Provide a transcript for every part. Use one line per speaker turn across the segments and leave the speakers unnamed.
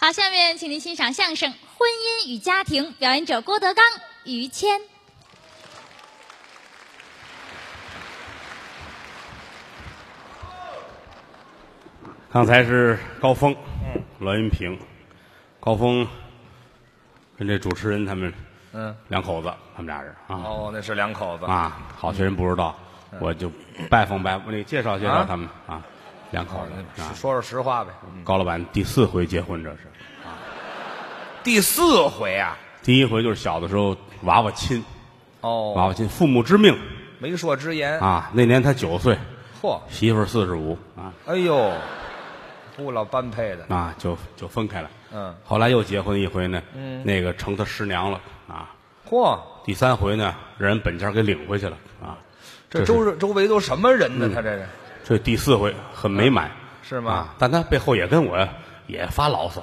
好，下面请您欣赏相声《婚姻与家庭》，表演者郭德纲、于谦。
刚才是高峰，嗯，栾云平，高峰跟这主持人他们
嗯，
两口子，他们俩人啊
哦，那是两口子，
啊，好些人不知道，我就拜访拜那个介绍介绍
啊
他们啊，两口子啊，
哦说说实话呗。
高老板第四回结婚，这是
第四回啊，
第一回就是小的时候娃娃亲，娃
哦，嗯
娃亲父母之命
媒妁之言，
啊，那年他九岁，
嚯，
媳妇四十五啊
哎呦，不老般配的，
啊，就就分开了，
嗯，
后来又结婚一回呢，那个成他师娘了啊。
嚯，
第三回呢，让人本家给领回去了啊。
这
是
周周围都什么人呢？他这是
这第四回很美满，
是吗
啊但他背后也跟我也发牢骚，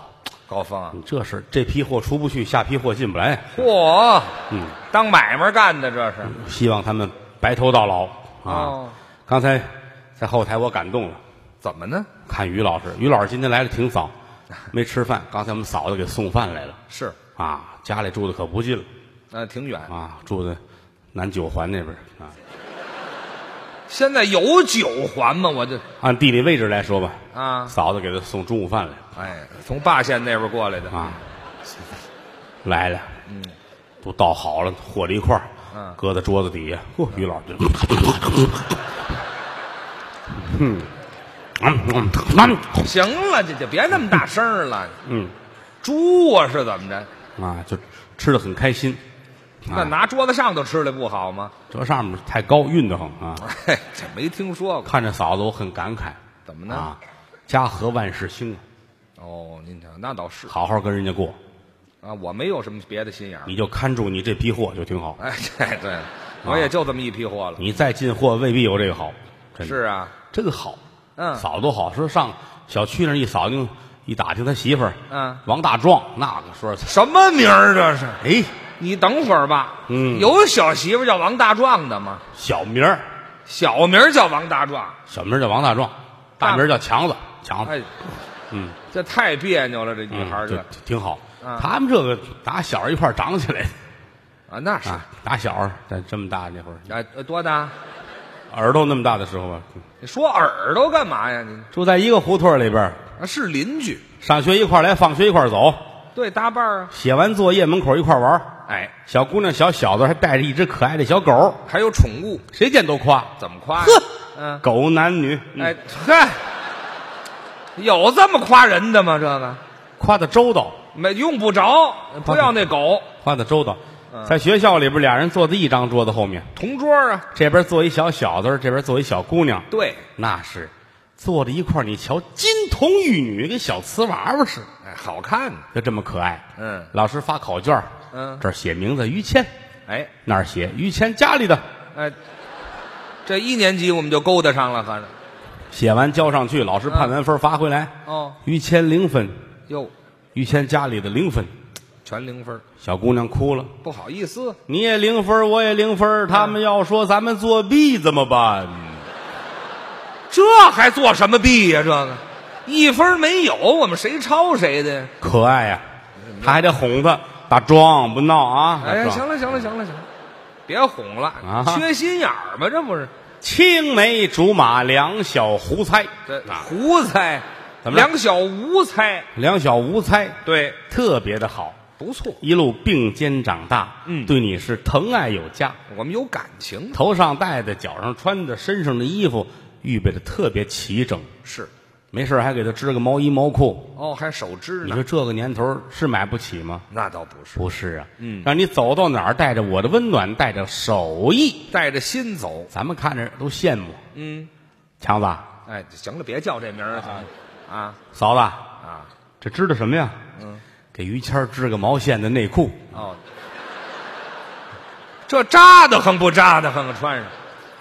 高峰啊，
你这是这批货出不去，下批货进不来，
嚯，
嗯，
当买卖干的这是，
希望他们白头到老啊。
哦
刚才在后台我感动了，
怎么呢？
看于老师，于老师今天来的挺早，没吃饭，刚才我们嫂子给送饭来了
是，
啊。家里住的可不近了
呃，挺远，
啊，住在南九环那边啊。
现在有九环吗？我这
按地理位置来说吧，
啊，
嫂子给他送中午饭来了。
哎，从霸县那边过来的，
啊，来了，嗯，都倒好了，和在一块儿，
嗯
搁在桌子底下。嚯，于老师，嗯，嗯嗯
行了，这就别那么大声了，
嗯
猪啊是怎么着？
嗯啊，就吃的很开心。
那拿桌子上头吃来不好吗？
这上面太高，晕得很啊！
嘿，这没听说过。
看着嫂子，我很感慨。
怎么呢
啊，家和万事兴啊，
哦，您瞧，那倒是
好好跟人家过，
啊，我没有什么别的心眼儿。
你就看住你这批货就挺好。
哎，对对，我也就这么一批货了。
你再进货未必有这个好，真的
是啊，
这个好，
嗯
扫多好。说上小区那儿一扫听，一打听他媳妇儿，
嗯
王大壮那个说，
什么名儿这是？
哎，
你等会儿吧。
嗯
有小媳妇叫王大壮的吗？
小名儿，
小名儿叫王大壮。
小名儿叫王大壮，大名儿叫强子，强子，
哎，
嗯，
这太别扭了，这女
嗯
孩儿
就
这
挺好。
嗯
他们这个打小一块儿长起来的
啊，那是
啊，打小儿在这么大那会儿，
哎呃多大？
耳朵那么大的时候吧，
你说耳朵干嘛呀？你
住在一个胡同儿里边儿，
啊是邻居，
上学一块儿来，放学一块儿走，
对搭伴儿啊。
写完作业门口一块儿玩儿。
哎，
小姑娘、小小子还带着一只可爱的小狗，
还有宠物，
谁见都夸。
怎么夸呀？嗯。
狗男女，嗯
哎，嗨，有这么夸人的吗？这个
夸的周到，
没用不着，不要那狗
夸的周到。在学校里边，俩人坐在一张桌子后面，
同桌啊。
这边坐一小小子，这边坐一小姑娘，
对，
那是坐在一块儿你瞧，金童玉女，跟小瓷娃娃似的，
哎，好看呢。
就这么可爱。
嗯
老师发考卷，
嗯
这儿写名字于谦，
哎
那儿写于谦家里的，
哎，这一年级我们就勾搭上了，反正
写完交上去，老师判完分发回来，
哦
于谦零分，
哟，
于谦家里的零分。
全零分，
小姑娘哭了，
不好意思，
你也零分，我也零分，他们要说咱们作弊怎么办？
这还做什么弊呀、这个一分没有，我们谁抄谁的呀？
可爱呀、他还得哄他，打装不闹啊！
哎呀，
打
行
桩
了行了行了行了，别哄了，
啊
缺心眼儿吧？这不是
青梅竹马，两小无猜，
这
啊，
胡猜，
怎么了
两小无猜？
两小无猜，
对，
特别的好，
不错。
一路并肩长大，
嗯
对你是疼爱有加，
我们有感情
头上戴的，脚上穿的，身上的衣服预备的特别齐整，
是
没事儿还给他织个毛衣毛裤，
哦，还手织
你
呢，
说这个年头儿是买不起吗？
那倒不是，
不是啊，嗯，让你走到哪儿带着我的温暖，带着手艺，
带着心走。
咱们看着都羡慕。
嗯，
强子，啊
哎，行了，别叫这名儿了，啊
嫂子，
啊，
这织的什么呀？
嗯，
给于谦儿织个毛线的内裤
哦，这扎的很不扎的很，穿上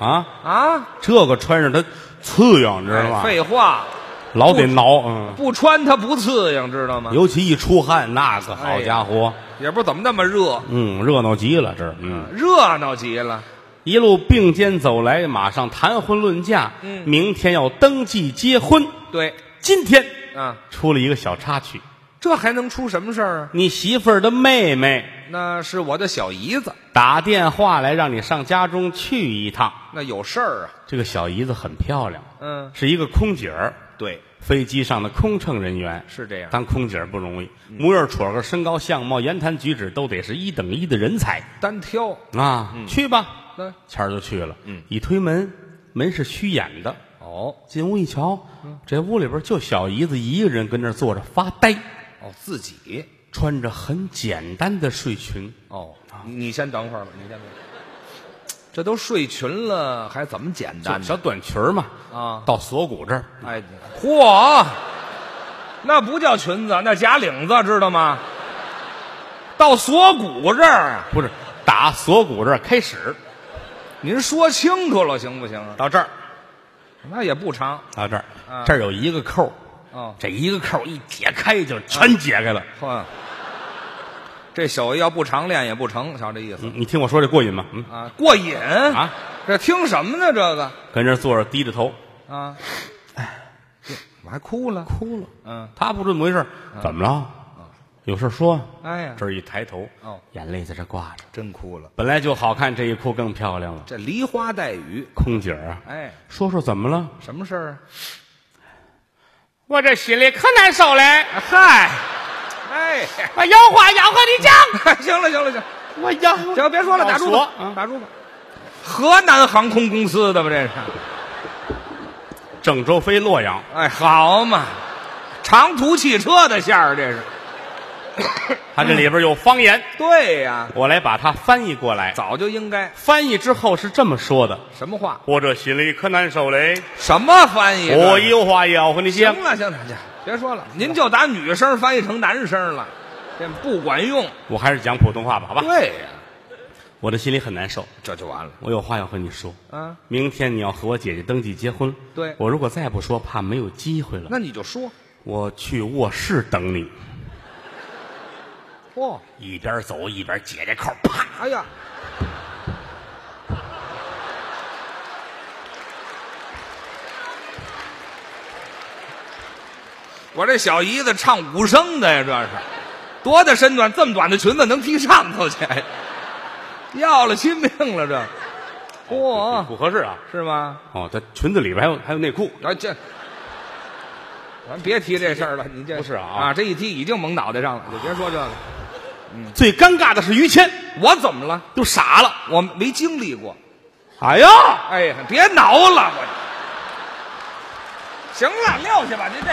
啊，
啊，
这个穿上它刺痒，你知道
哎
吗？
废话，
老得挠，嗯，
不穿它不刺痒，知道吗？
尤其一出汗，那个
嗯哎
好
呀
家伙，
也不知怎么那么热，
嗯，热闹极了，这儿嗯，
热闹极了。
一路并肩走来，马上谈婚论嫁，
嗯
明天要登记结婚，
对，
今天
啊，
出了一个小插曲，
这还能出什么事儿啊？
你媳妇儿的妹妹
那是我的小姨子，
打电话来让你上家中去一趟。
那有事儿啊。
这个小姨子很漂亮，
嗯，
是一个空姐儿，
对，
飞机上的空乘人员。
是这样。
当空姐儿不容易，模样、戳个、身高、相貌、言谈举止都得是一等一的人才
单挑，
啊！去吧，
那
谦儿就去了。嗯，一推门，门是虚掩的。
哦
进屋一瞧，这屋里边就小姨子一个人跟那儿坐着发呆，
哦，自己
穿着很简单的睡裙。啊
哦，你你先等会儿吧，你先等会儿。这都睡群了，还怎么简
小
单呢？
小短裙儿嘛，
啊
到锁骨这儿，
哎，嚯，那不叫裙子，那假领子，知道吗？到锁骨这儿啊，
不是打锁骨这儿开始，
您说清楚了行不行啊？
到这儿，
那也不长
到这儿，
啊
这儿有一个扣儿，
哦，
这一个扣儿一解开就全解开了。
哼，这手艺要不长练也不成，瞧这意思
嗯你你听我说这过瘾吗？嗯
啊，过瘾啊！
啊，
这听什么呢？这个
跟这儿坐着低着头
啊，我还哭了，
哭了，嗯
嗯，
他不知怎么回事儿，怎么了？有事儿说啊。
哎呀，
这儿一抬头，
哦
眼泪在这挂着，
真哭了，
本来就好看，这一哭更漂亮了。
这梨花带雨，
空姐儿啊，
哎，
说说怎么了？
什么事儿啊？
我这心里可难受嘞，
嗨，哎，
我有话要和你讲，
行了，行了，行。
我要
行，别说了，打住吧，嗯
啊！
打住吧。河南航空公司的吧，这是？
郑州飞洛阳，
哎，好嘛，长途汽车的线儿，这是。
它这里边有方言，
对呀、
我来把它翻译过来。
早就应该
翻译之后是这么说的：
什么话？
我这心里可难受嘞，
什么翻译？
我有话要和你讲
行。了，行了，行，别说了，您就打女声翻译成男声了，这不管用。
我还是讲普通话吧，好吧？
对呀、
我这心里很难受，
这就完了
我有话要和你说。
啊。
明天你要和我姐姐登记结婚，
对
我如果再不说，怕没有机会了。
那你就说，
我去卧室等你，
嚯、哦，
一边走一边解这扣，啪！
哎呀，我这小姨子唱武生的呀，这是多大身段？这么短的裙子能踢上头去？哎要了亲命了这！嚯、
不不合适啊！
是吗？
哦，这裙子里边还有还有内裤，
啊这，咱别提这事儿了，你这
不是啊
啊，这一提已经蒙脑袋上了，你别说这个，
最尴尬的是于谦，
我怎么了？
就傻了。
我没经历过。
哎呀，
哎呀，别挠了，我。行了，撂下吧，您这。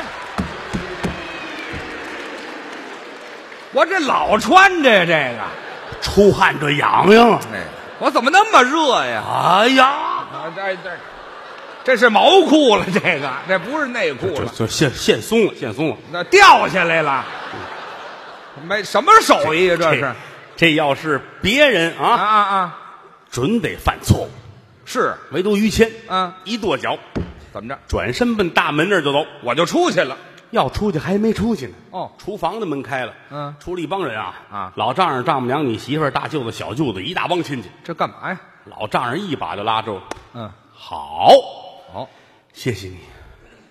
我这老穿着呀，这个，
出汗这痒痒啊！
哎，我怎么那么热呀？
哎呀，
啊，这这，这是毛裤了，这个，这不是内裤
就
了，
就现现松了，现松了。
那掉下来了。嗯没什么手艺啊，这是
这这要是别人
啊
啊，
啊啊！
准得犯错误，
是
唯独于谦，
嗯，
一跺脚，
怎么着？
转身奔大门那儿就走。
我就出去了。
要出去还没出去呢。
哦
厨房的门开了，
嗯
出了一帮人啊
啊
老丈人、丈母娘、你媳妇儿、大舅子、小舅子，一大帮亲戚。
这干嘛呀？
老丈人一把就拉住了，
嗯，
好，
好，
谢谢你，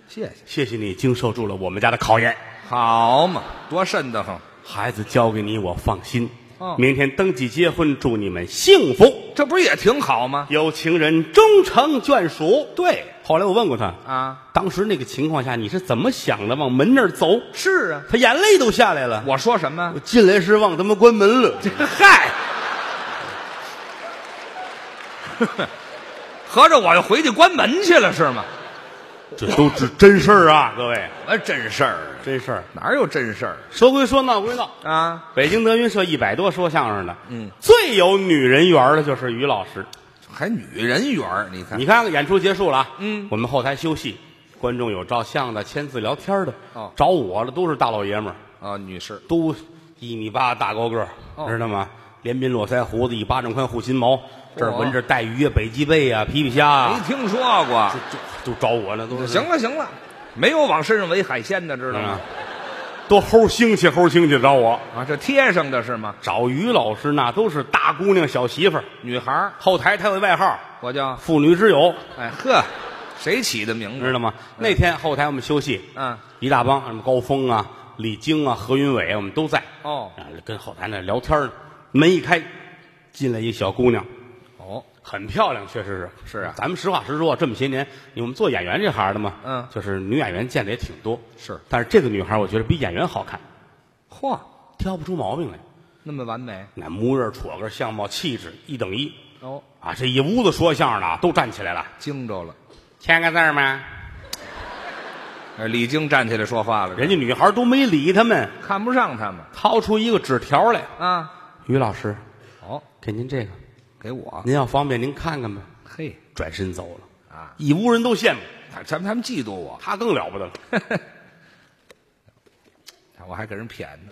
谢谢。
谢谢你经受住了我们家的考验，
好嘛，多瘆得慌。
孩子交给你，我放心。
嗯
明天登记结婚，祝你们幸福，
这不是也挺好吗？
有情人终成眷属。
对
后来我问过他，
啊，
当时那个情况下你是怎么想的？往门那儿走，
是啊，
他眼泪都下来了。
我说什么
我？进来时忘他妈关门 了，
嗨，合着我又回去关门去了是吗？
这都是真事儿啊，各位，
什么哎真事儿？啊
真事儿。嗯
哪有真事儿
说归说，闹归闹，
啊？
北京德云社一百多说相声的，
嗯，
最有女人缘儿的就是于老师。
还女人缘儿你看
你看看演出结束了啊，
嗯
我们后台休息，观众有照相的、签字聊天的，
哦
找我的都是大老爷们儿，
啊，女士
都一米八大高个儿，
哦
知道吗？连鬓络腮胡子，一巴掌宽护心毛，这儿
嚯
纹着带鱼啊、北极贝啊、皮皮虾
没
啊，
听说过。
都找我呢，都是
行了行了，没有往身上围海鲜的，知道
啊
吗？，
都齁兴气齁兴气找我，
啊，这贴上的是吗？
找于老师那都是大姑娘小媳妇儿，
女孩儿，
后台他有一外号
我叫
“妇女之友”，
哎呵，谁起的名
知
字？
道吗？那天后台我们休息，
嗯，
一大帮什么高峰啊、李菁啊、何云伟啊，我们都在。
哦
啊，跟后台那聊天呢，门一开，进来一小姑娘，
哦，
很漂亮，确实是
是啊
咱们实话实说，这么些年，因为我们做演员这行的嘛，
嗯
就是女演员见的也挺多，
是
但是这个女孩，我觉得比演员好看，
嚯，
挑不出毛病来。
那么完美
那模样、戳个、相貌、气质一等一
哦，
啊！这一屋子说相声的啊都站起来了，
惊着了。
签个字儿吗？
哎李菁站起来说话了，
人家女孩都没理他们，
看不上他们
掏出一个纸条来。
啊。
于老师，
哦，
给您这个，
给我
您要方便您看看呗。
嘿
转身走了，
啊，
一屋人都羡慕
他他们他们嫉妒我，
他，更了不得了。
我还给人谝呢。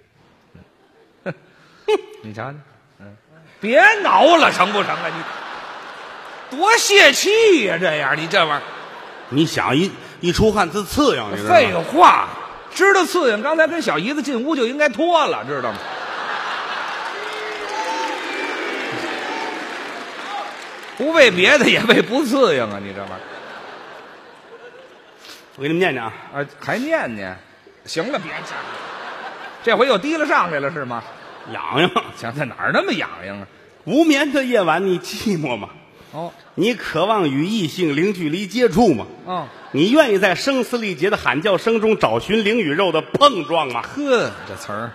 嗯你瞧瞧，嗯，别挠了，成不成啊？你多泄气呀、这样你这玩意儿，
你想一一出汗自刺痒，你知道
废
吗？
话，知道刺激。刚才跟小姨子进屋就应该脱了，知道吗？ 不为别的，也为不刺激啊！你这玩意儿。
我给你们念念啊，
啊，还念念？行了，别讲了，这回又提了上来了是吗？
痒痒。
想在哪儿那么痒痒啊？
无眠的夜晚，你寂寞吗？
哦，
你渴望与异性零距离接触吗？
哦，
你愿意在声嘶力竭的喊叫声中找寻灵与肉的碰撞吗？
呵，这词儿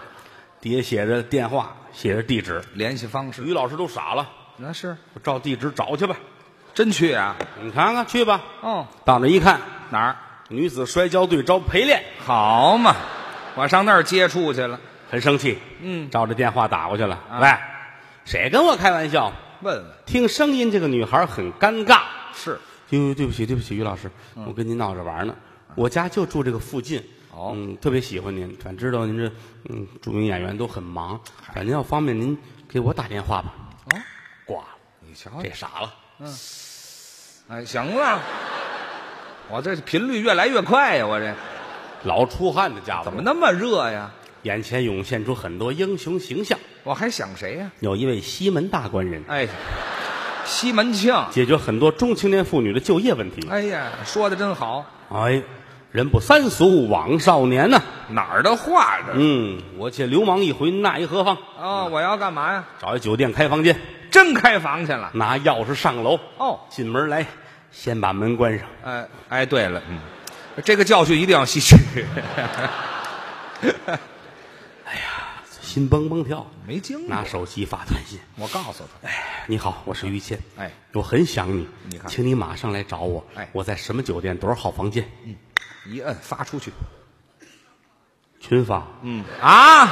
底下写着电话，写着地址。
联系方式
于老师都傻了，
那是
我照地址找去吧。
真去啊？
你看看，去吧。
哦，
到那一看，
哪儿
女子摔跤队招陪练，
好嘛？我上那儿接触去了，
很生气。
嗯
照着电话打过去了。
啊
喂，谁跟我开玩笑？
问问
听声音，这个女孩很尴尬。
是
哟，对不起，对不起，于老师，
嗯
我跟您闹着玩呢。我家就住这个附近，
啊哦
嗯，特别喜欢您。反知道您这嗯著名演员都很忙，反正要方便您给我打电话吧。
哦，
挂了，
你瞧
这傻了。
哎，行了，我这频率越来越快呀、我这
老出汗的家伙，
怎么那么热呀？
眼前涌现出很多英雄形象。
我还想谁呀、
有一位西门大官人，
哎，西门庆，
解决很多中青年妇女的就业问题。
哎呀，说的真好。
哎，人不三俗枉少年呐、
哪儿的话这？
嗯，我且流氓一回，那一何妨？
哦，我要干嘛呀？
找一酒店开房间，
真开房去了？
拿钥匙上楼。
哦，
进门来，先把门关上。
哎哎，对了，嗯，这个教训一定要吸取。
心蹦蹦跳，
没经哎
拿手机发短信
我告诉他，：“
你好，我是于谦。
哎，
我很想你，
你看
请你马上来找我。
哎
我在什么酒店多少号房间？
一摁发出去。
群发。
嗯啊，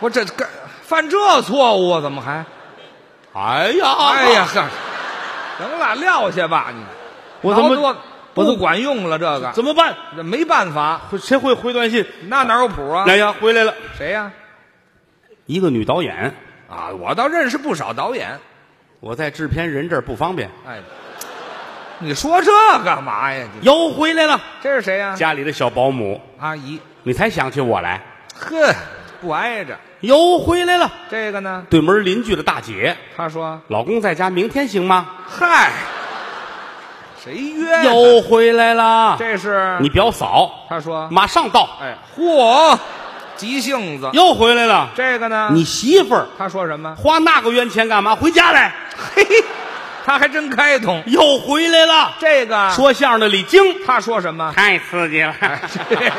我这干犯这错误，怎么还？
哎呀，
哎呀，，呵，行了，撂下吧你。
我怎么
老多
我怎
不
么
管用了？这个
怎么办？
这没办法，
会谁会回短信？
那哪有谱啊？
哎呀，回来了，
谁呀？
一个女导演。
啊，我倒认识不少导演。
我在制片人这儿不方便。
哎，你说这干嘛呀？你
又回来了，
这是谁呀、
家里的小保姆，
阿姨。
你才想起我来。
呵，不挨着。
又回来了，
这个呢，
对门邻居的大姐，
他说
老公在家，明天行吗？：“
嗨，谁约的？
又回来了，
这是
你表嫂，
他说，
马上到。
哎，嚯，急性子。
又回来了，
这个呢，
你媳妇儿
他说什么？
花那个冤钱干嘛？回家来。
嘿，他还真开通。
又回来了，
这个
说相声的李菁
他说 什么？
太刺激了。
哎这这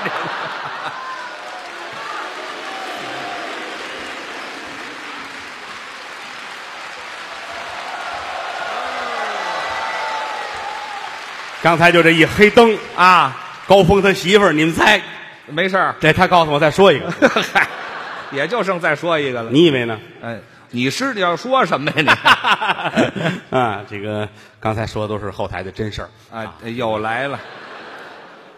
刚才就这一黑灯，
啊，
高峰他媳妇儿，你们猜？
没事儿，
这他告诉我再说一个，
嗨，也就剩再说一个了。
你以为呢？
哎，你是要说什么呀？ 你
啊，这个刚才说的都是后台的真事儿。
啊，又来了，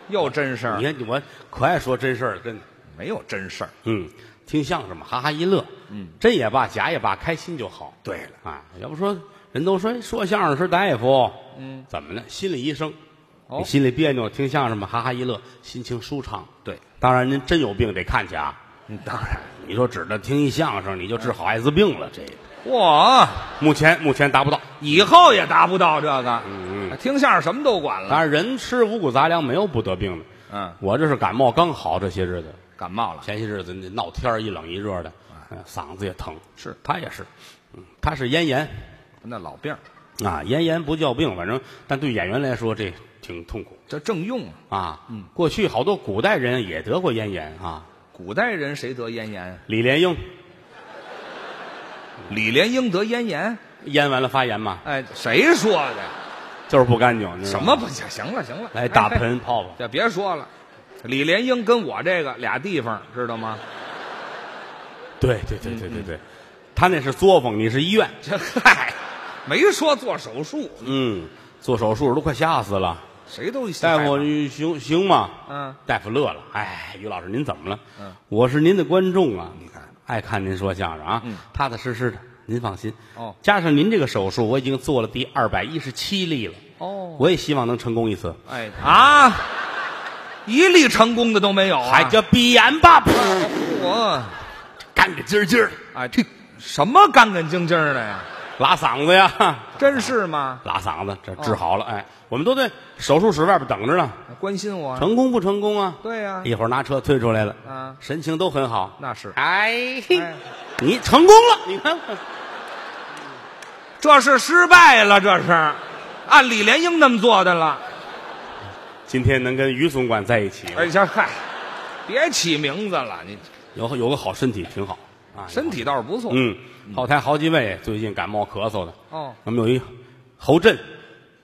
又真事儿
你，看我可爱说真事儿了，真的。
没有真事儿。
嗯，听相声嘛，哈哈一乐。嗯，真也罢，假也罢，开心就好。
对了
啊，要不说人都说说相声是大夫，嗯，怎么了？心理医生，
哦
你心里别扭，听相声嘛，哈哈一乐，心情舒畅。
对，
当然您真有病得看去啊。
嗯，当然。嗯
你说指着听一相声你就治好艾滋病了，这
哇，
目前目前达不到。
以后也达不到这个。
嗯，啊
听相声什么都管了。
当然人吃五谷杂粮没有不得病的，
嗯，
我这是感冒刚好这些日子，
感冒了，
前些日子那闹天儿一冷一热的，嗯嗓子也疼。
哎是
他也是，嗯，他是咽炎
那老病儿，
啊，咽炎不叫病，反正但对演员来说这挺痛苦
这正用啊。
啊。嗯，过去好多古代人也得过咽炎啊，
古代人谁得咽炎？
李莲英
李莲英得咽炎？
咽完了发炎嘛，
哎，谁说的？
就是不干净。你知道
什
吗
么不行？行了行了，
嗯来大
哎，
盆泡 泡，
这别说了。李莲英跟我这个俩地方，知道吗？
对对对对对对，他那是作坊，你是医院，
这嗨，没说做手术，
嗯，做手术都快吓死了。
谁都
大夫，
害
你行行吗？
嗯，
大夫乐了，哎，于老师您怎么了？
嗯，
我是您的观众啊，
你看
爱看您说相声啊，
嗯，
踏踏实实的，您放心。
哦
加上您这个手术，我已经做了第二百一十七例了，
怕哦。
我也希望能成功一次。
哎啊，一例成功的都没有啊！
还叫闭眼吧，噗
我
干干净净的，
啊，这什么干干净净的呀？
拉嗓子呀，
真是吗？
拉嗓子，这
哦
治好了，哎，我们都在手术室外边等着呢，
关心我
成功不成功啊？
对呀
一会儿拿车推出来了，
啊
神情都很好。
那是
哎，嘿
哎
你成功了，你看看。
这是失败了，这是按李莲英那么做的了。
今天能跟于总管在一起，
哎呀，嗨，别起名字了，你
有有个好身体挺好啊，
身体倒是不错。
嗯，后台好几位最近感冒咳嗽的，
哦
我们有一侯震，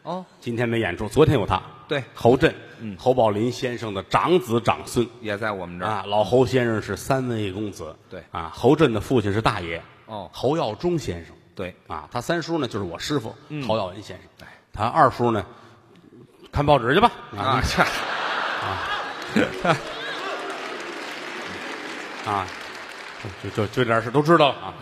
哦，
今天没演出，昨天有他，
对，
侯震，
嗯
侯宝林先生的长子长孙
也在我们这儿。
啊，老侯先生是三位公子，
对
啊，侯震的父亲是大爷，
哦，
侯耀中先生，
对，
啊，他三叔呢就是我师傅
嗯
侯耀文先生，
哎
他二叔呢，看报纸去吧，
啊，这
啊，就就就这点事都知道了啊。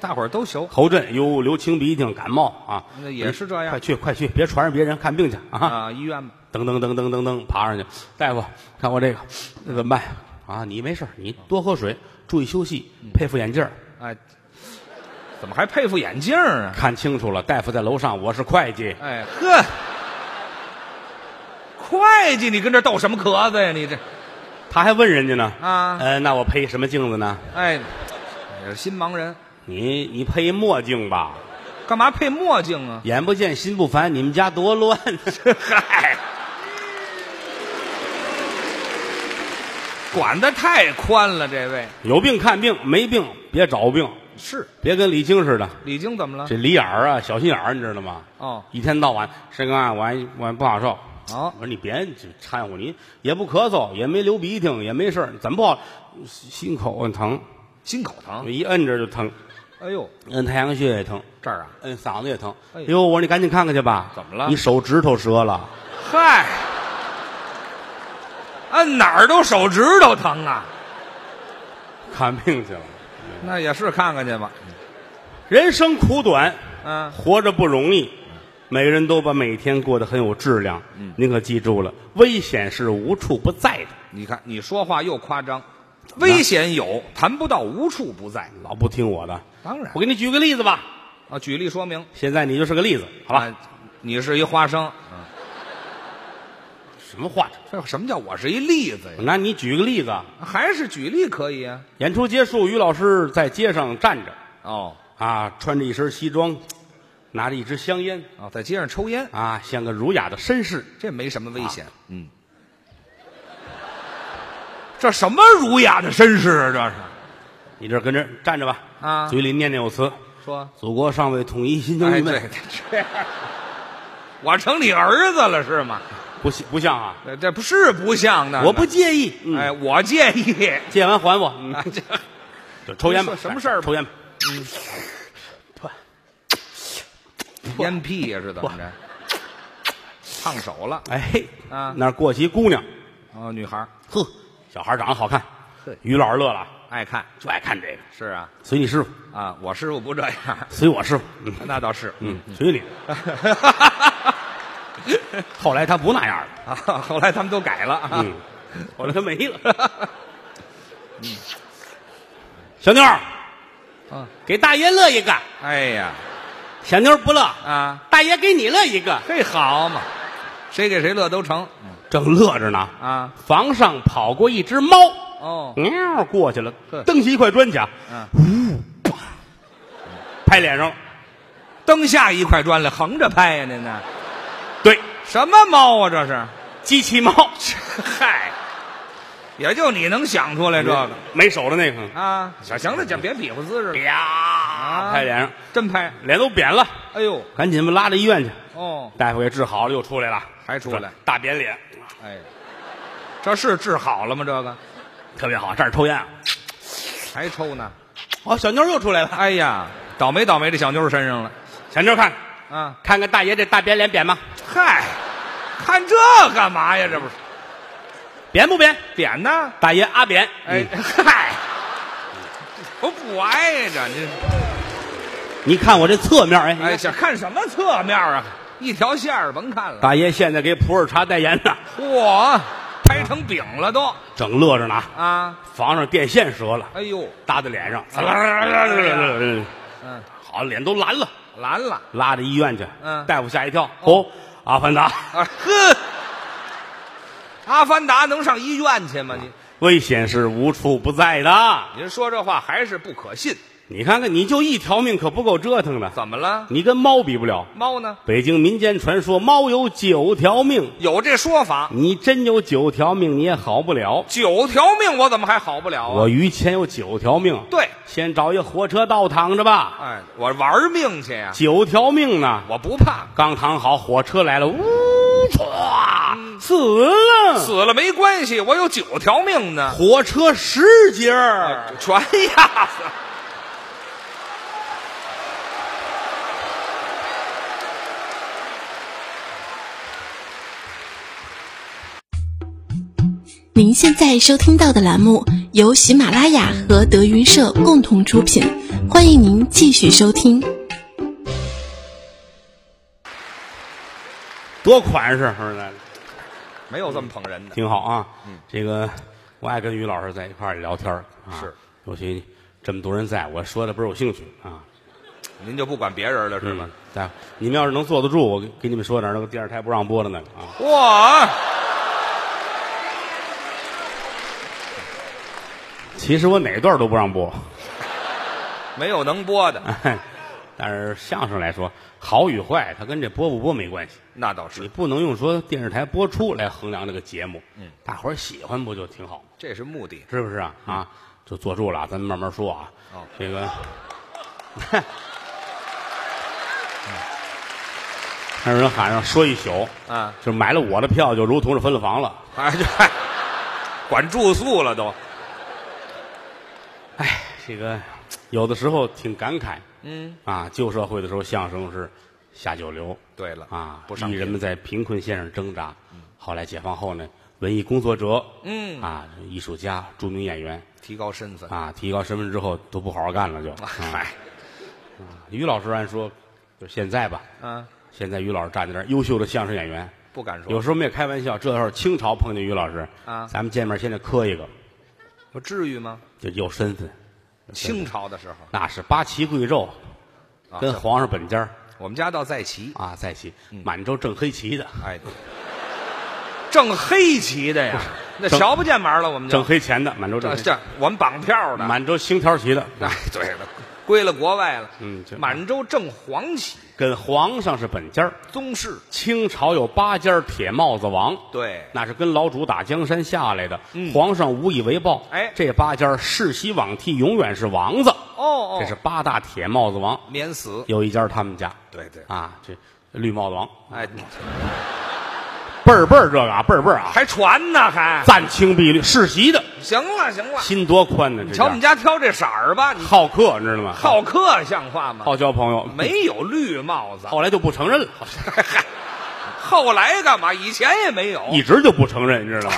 大伙儿都熟。
侯震有流清鼻涕、感冒啊，
那也是这样
快去快去，别传染别人，看病去啊！
啊，医院吧，
噔噔噔噔噔噔，爬上去，大夫，看我这个，那怎么办啊？你没事儿，你多喝水，注意休息，
嗯
配副眼镜儿
哎，怎么还配副眼镜儿啊？
看清楚了。大夫在楼上，我是会计，
哎呵，会计，你跟这斗什么壳子呀？你这，
他还问人家呢
啊
呃，那我配什么镜子呢？
哎，也是新盲人，
你你配墨镜吧，
干嘛配墨镜啊？
眼不见心不烦，你们家多乱。
嗨，管得太宽了，这位
有病看病，没病别找病，
是
别跟李菁似的，
李菁怎么了？
这李眼儿啊，小心眼儿，你知道吗？
哦，
一天到晚，师哥啊，我还我还不好受。
好
我说你别就掺和，你也不咳嗽，也没流鼻涕，也没事儿怎么不好？心口很疼，
心口疼，
一摁着就疼，
哎呦，
摁太阳穴也疼，
这儿啊，
摁嗓子也疼。
哎
哎
呦
呦，我说你赶紧看看去吧。
怎么了
你手指头折了，
嗨，按哪儿都手指头疼啊，
看病去了。
那也是看看去吧，
人生苦短，
嗯，
活着不容易，每个人都把每天过得很有质量。您可记住了，危险是无处不在的。
你看你说话又夸张，危险有，谈不到无处不在，
老不听我的，
嗯当然
我给你举个例子吧。哎
啊，举例说明，
现在你就是个例子，好吧？
啊你是一花生，
什么话？
这什么叫我是一例子呀？
那你举个例子啊，
还是举例可以啊？
演出结束，于老师在街上站着
哦，
啊，穿着一身西装，拿着一支香烟
啊，在街上抽烟，
啊，像个儒雅的绅士。
这没什么危险
啊。
嗯，这什么儒雅的绅士啊？这是
你这儿跟这儿站着吧，
啊
嘴里念念有词，
说，
祖国尚未统一，心中
哎，
郁
对
闷，，
这我成你儿子了是吗？
不像不像啊，
这这不是不像的，
我不介意，嗯
啊哎，，我介意。
借完还我，嗯
啊这
就抽烟吧，
你说什么事儿吧
抽烟吧，
烟屁呀，是怎么着？烫手了
哎，
啊
那儿过去一姑娘，
哦，女孩儿
呵，小孩长得好看
呵，
于老师乐了，
爱看
就爱看这个，
是啊
随你师傅，
啊，我师傅不这样，
随我师傅，嗯。
那倒是
嗯，随你。后来他不那样了，
啊。后来他们都改了啊。
嗯，后来他没了。小妞儿，
啊
给大爷乐一个。
哎呀
小妞儿不乐，
啊，
大爷给你乐一个。
这好嘛，谁给谁乐都成。嗯
正乐着呢
啊，
房上跑过一只猫，
哦，
喵过去了
呵，
蹬起一块砖去啊，
嗯
呜，啪拍脸上了。
蹬下一块砖来，横着拍呀、您呢？
对，
什么猫啊？这是？
机器猫，
嗨，也就你能想出来这个
没手的那个，
啊！行了，行，别比划姿势了，
啪
啊
拍脸上，
真拍。
脸都扁了，
哎呦，
赶紧吧拉到医院去。
哦，
大夫给治好了，又出来了，
还出来
这大扁脸，
哎，这是治好了吗？这个
特别好。这儿抽烟啊，
还抽呢？
哦，小妞又出来了，
哎呀，倒霉倒霉，这小妞儿身上了
小妞看
啊！
看看大爷这大扁脸扁吗？
嗨，看这干嘛呀？这不是
扁不扁？
扁呢？
大爷阿扁，
哎，
嗯
嗨，我不挨着您。
你看我这侧面，哎，
哎，想看什么侧面啊？一条线儿甭看了，
大爷现在给普洱茶代言呢，
嚯，拍成饼了都
整乐着呢啊，
啊！
房上电线折了，
哎呦，
搭在脸上，
哎呀嗯，
好，脸都蓝了，
蓝了，
拉到医院去，
嗯
大夫吓一跳，哦，阿凡达，
啊呵，阿凡达能上医院去吗？你
危险是无处不在的，
您说这话还是不可信，
你看看，你就一条命可不够折腾的，
怎么了？
你跟猫比不了。
猫呢？
北京民间传说，猫有九条命，
有这说法，
你真有九条命，你也好不了。
九条命我怎么还好不了啊？
我于谦有九条命，
对，
先找一火车道躺着吧，
哎，我玩命去呀、
九条命呢。
我不怕，
刚躺好，火车来了，呜，唰，死了。
死了没关系，我有九条命呢，
火车十节儿，
全压死了。
您现在收听到的栏目由喜马拉雅和德云社共同出品，欢迎您继续收听。
多款式，是不是
没有这么捧人的，
挺好啊。这个我爱跟于老师在一块儿聊天儿啊，
是，
尤其这么多人在，我说的倍儿有兴趣啊。
您就不管别人了是吗
嗯？，大夫，你们要是能坐得住，我给给你们说点儿那个电视台不让播的那个啊。
哇，
其实我哪段都不让播，
没有能播的，
但是相声来说，好与坏，它跟这播不播没关系。
那倒
你
是，
不能用说电视台播出来衡量这个节目，嗯，大伙儿喜欢不就挺好，
这是目的。
是不是啊？啊，就坐住了啊，咱们慢慢说啊。
嗯哦
这 个，还嗯有人喊上说一宿，
啊，
就买了我的票，就如同是分了房了。
哎，就哎管住宿了都。
哎，这个有的时候挺感慨
嗯，
啊。旧社会的时候，相声是下九流，
对了
啊，
不上
艺人
品
们在贫困线上挣扎。后来解放后呢，文艺工作者，
嗯
啊，艺术家、著名演员
提高身份。
啊，提高身份之后都不好好干了就。啊
嗨，
于老师按说就是现在吧，
嗯，
现在于老师站在这儿，优秀的相声演员。
不敢说，
啊有时候我们也开玩笑，这要是清朝碰见于老师
啊
咱们见面先得磕一个，
我至于吗？
就有身份。
清朝的时候，
那是八旗贵胄，
啊
跟
这
皇上本家儿
我们家倒在旗，
啊在一起，满洲正黑旗的，
哎，挣黑旗的呀，那
挣
瞧不见门了，我们
正
就
黑钱的，满洲正
这
黑，
这我们绑票的，
满洲星条旗的，
哎，对了，归了国外了，
嗯这
满洲正黄旗，
跟皇上是本家儿。
宗室，
清朝有八家儿铁帽子王，
对，
那是跟老主打江山下来的，皇上无以为报，
嗯哎
这八家儿世袭罔替，永远是王子。
哦哦，
这是八大铁帽子王，
免死，
有一家儿他们家
对对，
啊，这绿帽子王
哎，
倍儿倍儿这个啊，倍儿倍儿啊，
还传呢还，
赞青碧绿世袭的，
行了行了，
心多宽呢！这
瞧我们
家
家挑这色儿吧，你
好客，你知道吗？
好客像话吗？
好交朋友，
没有绿帽子，
后来就不承认了，
后来干嘛？以前也没有，
一直就不承认，你知道吗？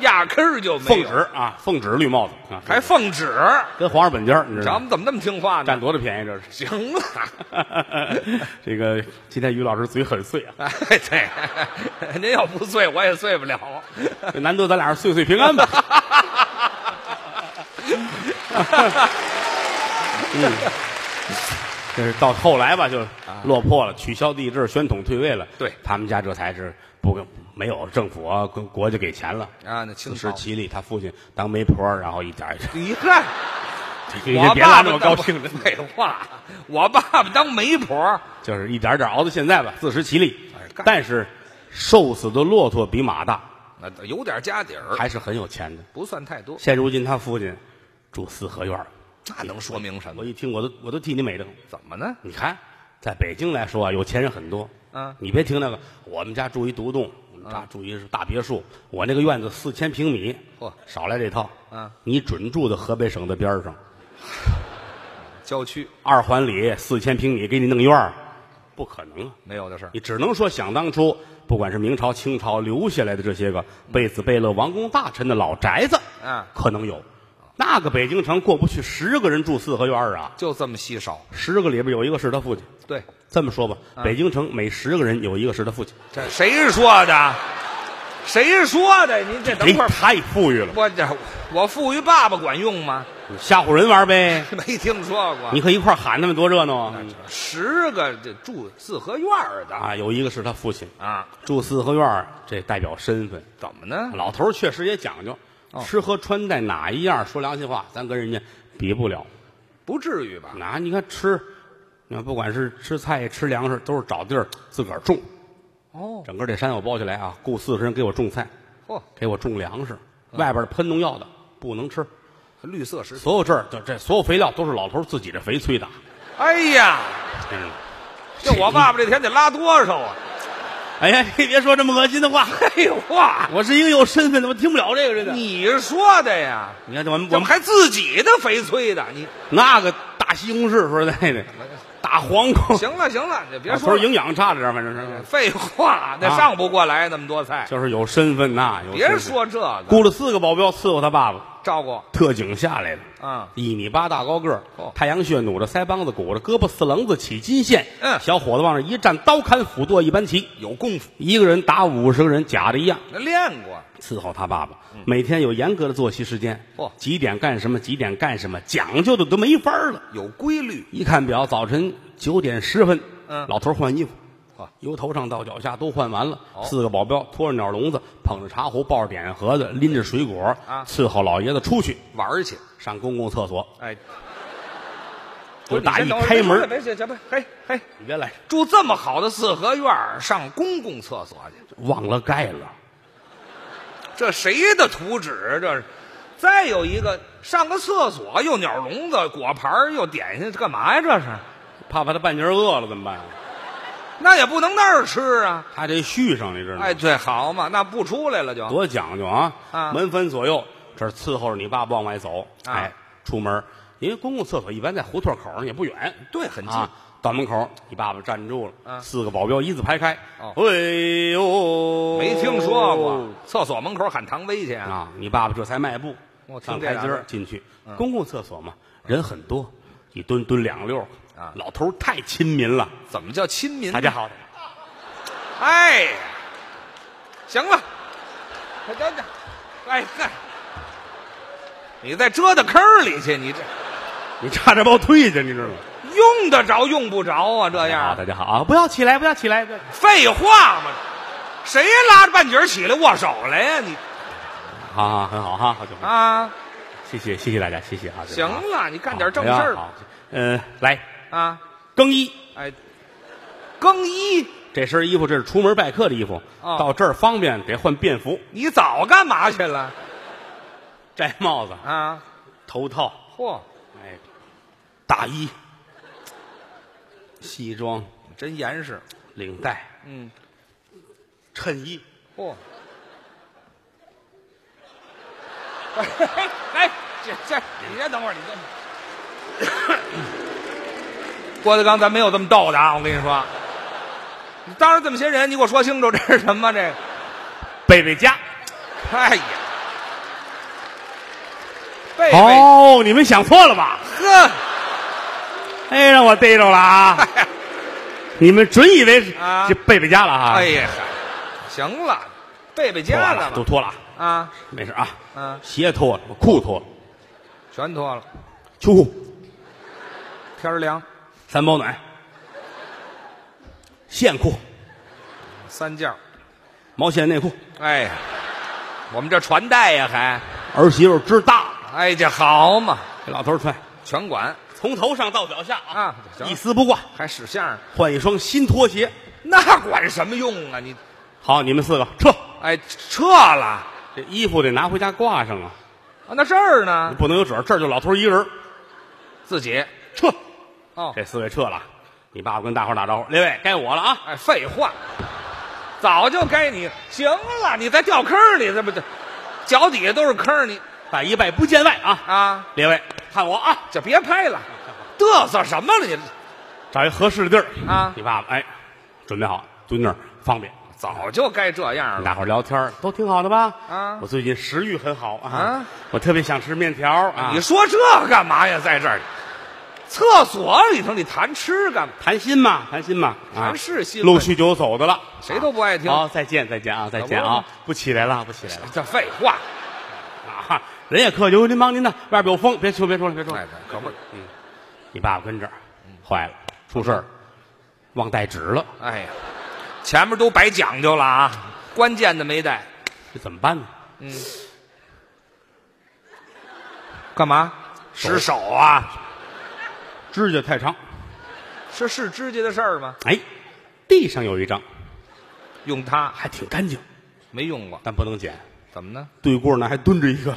压根儿就没
奉
有，
旨啊，奉旨绿帽子啊，
还奉旨，
跟皇上本家儿，你知
咱
道吗？
们怎么那么听话呢？
占多大便宜这是？
行 了，
这个今天于老师嘴很碎啊，
哎，对， 您要不醉，我也醉不了。
难得咱俩是岁岁平安吧？嗯，这是到后来吧，就落魄了，取消帝制，宣统退位了。
对
他们家这才是不跟没有政府啊，国国家给钱了
啊那清
自
朝
食其力，他父亲当媒婆，然后一点一点，
你看，
你
我
这别
爸
拉
爸
那么
当
高兴的，
废话，我爸爸当媒婆，
就是一点点熬到现在吧，自食其力
哎干。
但是瘦死的骆驼比马大，
那有点家底儿，
还是很有钱的。
不算太多，
现如今他父亲住四合院儿，
那能说明什
我
么？
一听我都我都替你美的。
怎么呢？
你看，在北京来说啊，有钱人很多。
嗯
你别听那个，我们家住一独栋，我们家住一大别墅，我那个院子四千平米，
嚯
少来这套。
嗯，
你准住在河北省的边儿上，
郊区
二环里四千平米给你弄院儿，不可能啊！
没有的事儿
你只能说想当初，不管是明朝、清朝留下来的这些个贝子、贝勒、王公大臣的老宅子，
嗯
可能有。那个北京城过不去十个人住四合院儿啊，
就这么稀少。
十个里边有一个是他父亲。
对，
这么说吧，北京城每十个人有一个是他父亲，
这谁说的？谁说的？您这等
您
会
哎
儿，
太富裕了，
我这我富于爸爸管用吗？
你吓唬人玩呗。
没听说过。
你可一块儿喊他们多热闹啊！
十个这住四合院儿的
啊，有一个是他父亲，
啊？
住四合院儿，这代表身份。
怎么呢？
老头儿确实也讲究，吃喝穿戴哪一样？说良心话，咱跟人家比不了。
不至于吧？
那你看吃，你看不管是吃菜吃粮食，都是找地儿自个儿种。
哦，
整个这山我包起来啊，雇四十人给我种菜，
嚯，
给我种粮食，外边喷农药的不能吃。
绿色食品。
所有这儿这这所有肥料都是老头儿自己的肥催的，
哎呀，
真是。
这我爸爸这天得拉多少啊？
哎呀，你别说这么恶心的话，
废话，
我是一个有身份的，我听不了这个人的。
你说的呀？
你看我们
怎
我
么
们
还自己的翡翠的？你
那个大西红柿说实在 的，大黄瓜，
行了行了，你别
老
说
头儿
了嗯
营养差着点儿，反正是
废话，那
啊
上不过来那么多菜。
就是有身份呐。有
别
身份
说这个，
雇了四个保镖伺候他爸爸，
照顾
特警下来了，
啊，
一米八大高个儿
哦，
太阳穴努着腮帮子，鼓着胳膊四棱子起金线，
嗯
小伙子往那一站，刀砍斧剁一般齐，
有功夫，
一个人打五十个人，假的一样。
那练过。
伺候他爸爸，每天有严格的作息时间，
嚯
几点干什么，几点干什么，讲究的都没法儿了。
有规律，
一看表，早晨九点十分，
嗯
老头儿换衣服
嚯，
由头上到脚下都换完了。
哦
四个保镖拖着鸟笼子，捧着茶壶，抱着点盒子，拎着水果，
啊
伺候老爷子出去
玩儿去。
上公共厕所。
哎，
我打一
你先等会儿
开门，
别别别别，嘿嘿，
你别来，
住这么好的四合院儿，上公共厕所去，
忘了盖了。
这谁的图纸啊这是？再有一个，上个厕所又鸟笼子、果盘儿又点心，这干嘛呀？这是？
怕把他半截儿饿了怎么办？
那也不能那儿吃啊！
他得续上，你知道吗？
哎，对，好嘛，那不出来了就。
嗯多讲究啊！
啊
门分左右，这儿伺候着你爸爸往外走，
啊
哎，出门儿，因为公共厕所一般在胡同口儿也不远，
对很近
啊。到门口儿，你爸爸站住了，
啊
四个保镖一字排开。
哦
哎呦，
没听说过，厕所门口喊唐薇去啊？
啊！你爸爸这才迈步
我听嗯
上
这
台阶
两
儿
个
进去，公共厕所嘛，人很多，一蹲蹲两溜儿
啊
老头儿太亲民了，
怎么叫亲民？
嗯大家好，
哎，行了，快等等，哎嗨，你再折到坑儿里去，你这
你差点把我推下去，你知道吗？
用得着用不着啊？这
好，
样
大家好啊！不要起来，不要起来，不要起来
废话嘛，谁拉着半截儿起来握手来呀、你
好好，很好哈，好久不见
啊，
谢谢谢谢大家，谢谢啊！
行
啊
了，你干点正事儿
好，嗯、呃，来
啊，
更衣，
哎，更衣，
这身衣服这是出门拜客的衣服，
哦
到这儿方便得换便服，
你早干嘛去了
摘帽子、
啊？
头套，
嚯，
哎，大衣、西装、
真严实，
领带、
嗯，
衬衣，
嚯。哎，这这，你先等会儿，你先。郭德纲，咱没有这么逗的啊！我跟你说，你当着这么些人，你给我说清楚这是什么？这个，
贝贝佳。
哎呀，贝贝，
哦，你们想错了吧？
呵，
哎，让我逮着了 啊！你们准以为是
啊
这贝贝佳了啊？
哎，呀，嗨行了，贝贝
脱
家
了
了
都
吧？
脱了啊，
啊，
没事啊。
嗯
鞋脱了，裤脱了，
全脱了，
秋裤。
天儿凉，
三保暖，线裤、
三件儿
毛线内裤，
哎呀，我们这传代呀还，
儿媳妇儿知大，
哎这好嘛，
给老头儿穿，
全管，
从头上到脚下
啊行
一丝不挂，
还使相声，
换一双新拖鞋。
那管什么用啊你？
好，你们四个撤，
哎，撤了。
这衣服得拿回家挂上啊，
啊，那这儿呢？
不能有褶儿，这儿就老头儿一个人儿，
自己
撤。
哦，
这四位撤了，你爸爸跟大伙儿打招呼，列位该我了啊。
哎，废话，早就该你行了，你再掉坑里，这不这脚底下都是坑，你
拜一拜不见外啊！
啊，
列位看我啊，
就别拍了，嘚瑟什么了你？
找一合适的地儿
啊
你爸爸哎，准备好蹲那儿方便。
早就该这样
跟
了。
大伙儿聊天儿都挺好的吧？
啊
我最近食欲很好啊，
啊
我特别想吃面条儿啊。
你说这干嘛呀？在这儿，厕所里头你谈吃干嘛？
谈心嘛，谈心嘛，啊
谈是心
陆续就有走的了，啊
谁都不爱听
好，再见，再见啊，再见
怎么
啊
了，
不起来了，不起来了
这废话，
啊！人也客气，您忙您的，外边有风，别出，别出了，别出
哎
了。，嗯
可不，
你爸爸跟这儿，
嗯
坏了，出事儿，忘带纸了，
哎呀，前面都白讲究了啊，关键的没带，
这怎么办呢？
干嘛？
手
使手啊？
指甲太长，
这是指甲的事儿吗？
哎，地上有一张，
用它
还挺干净，
没用过，
但不能捡。
怎么呢？
对过那还蹲着一个，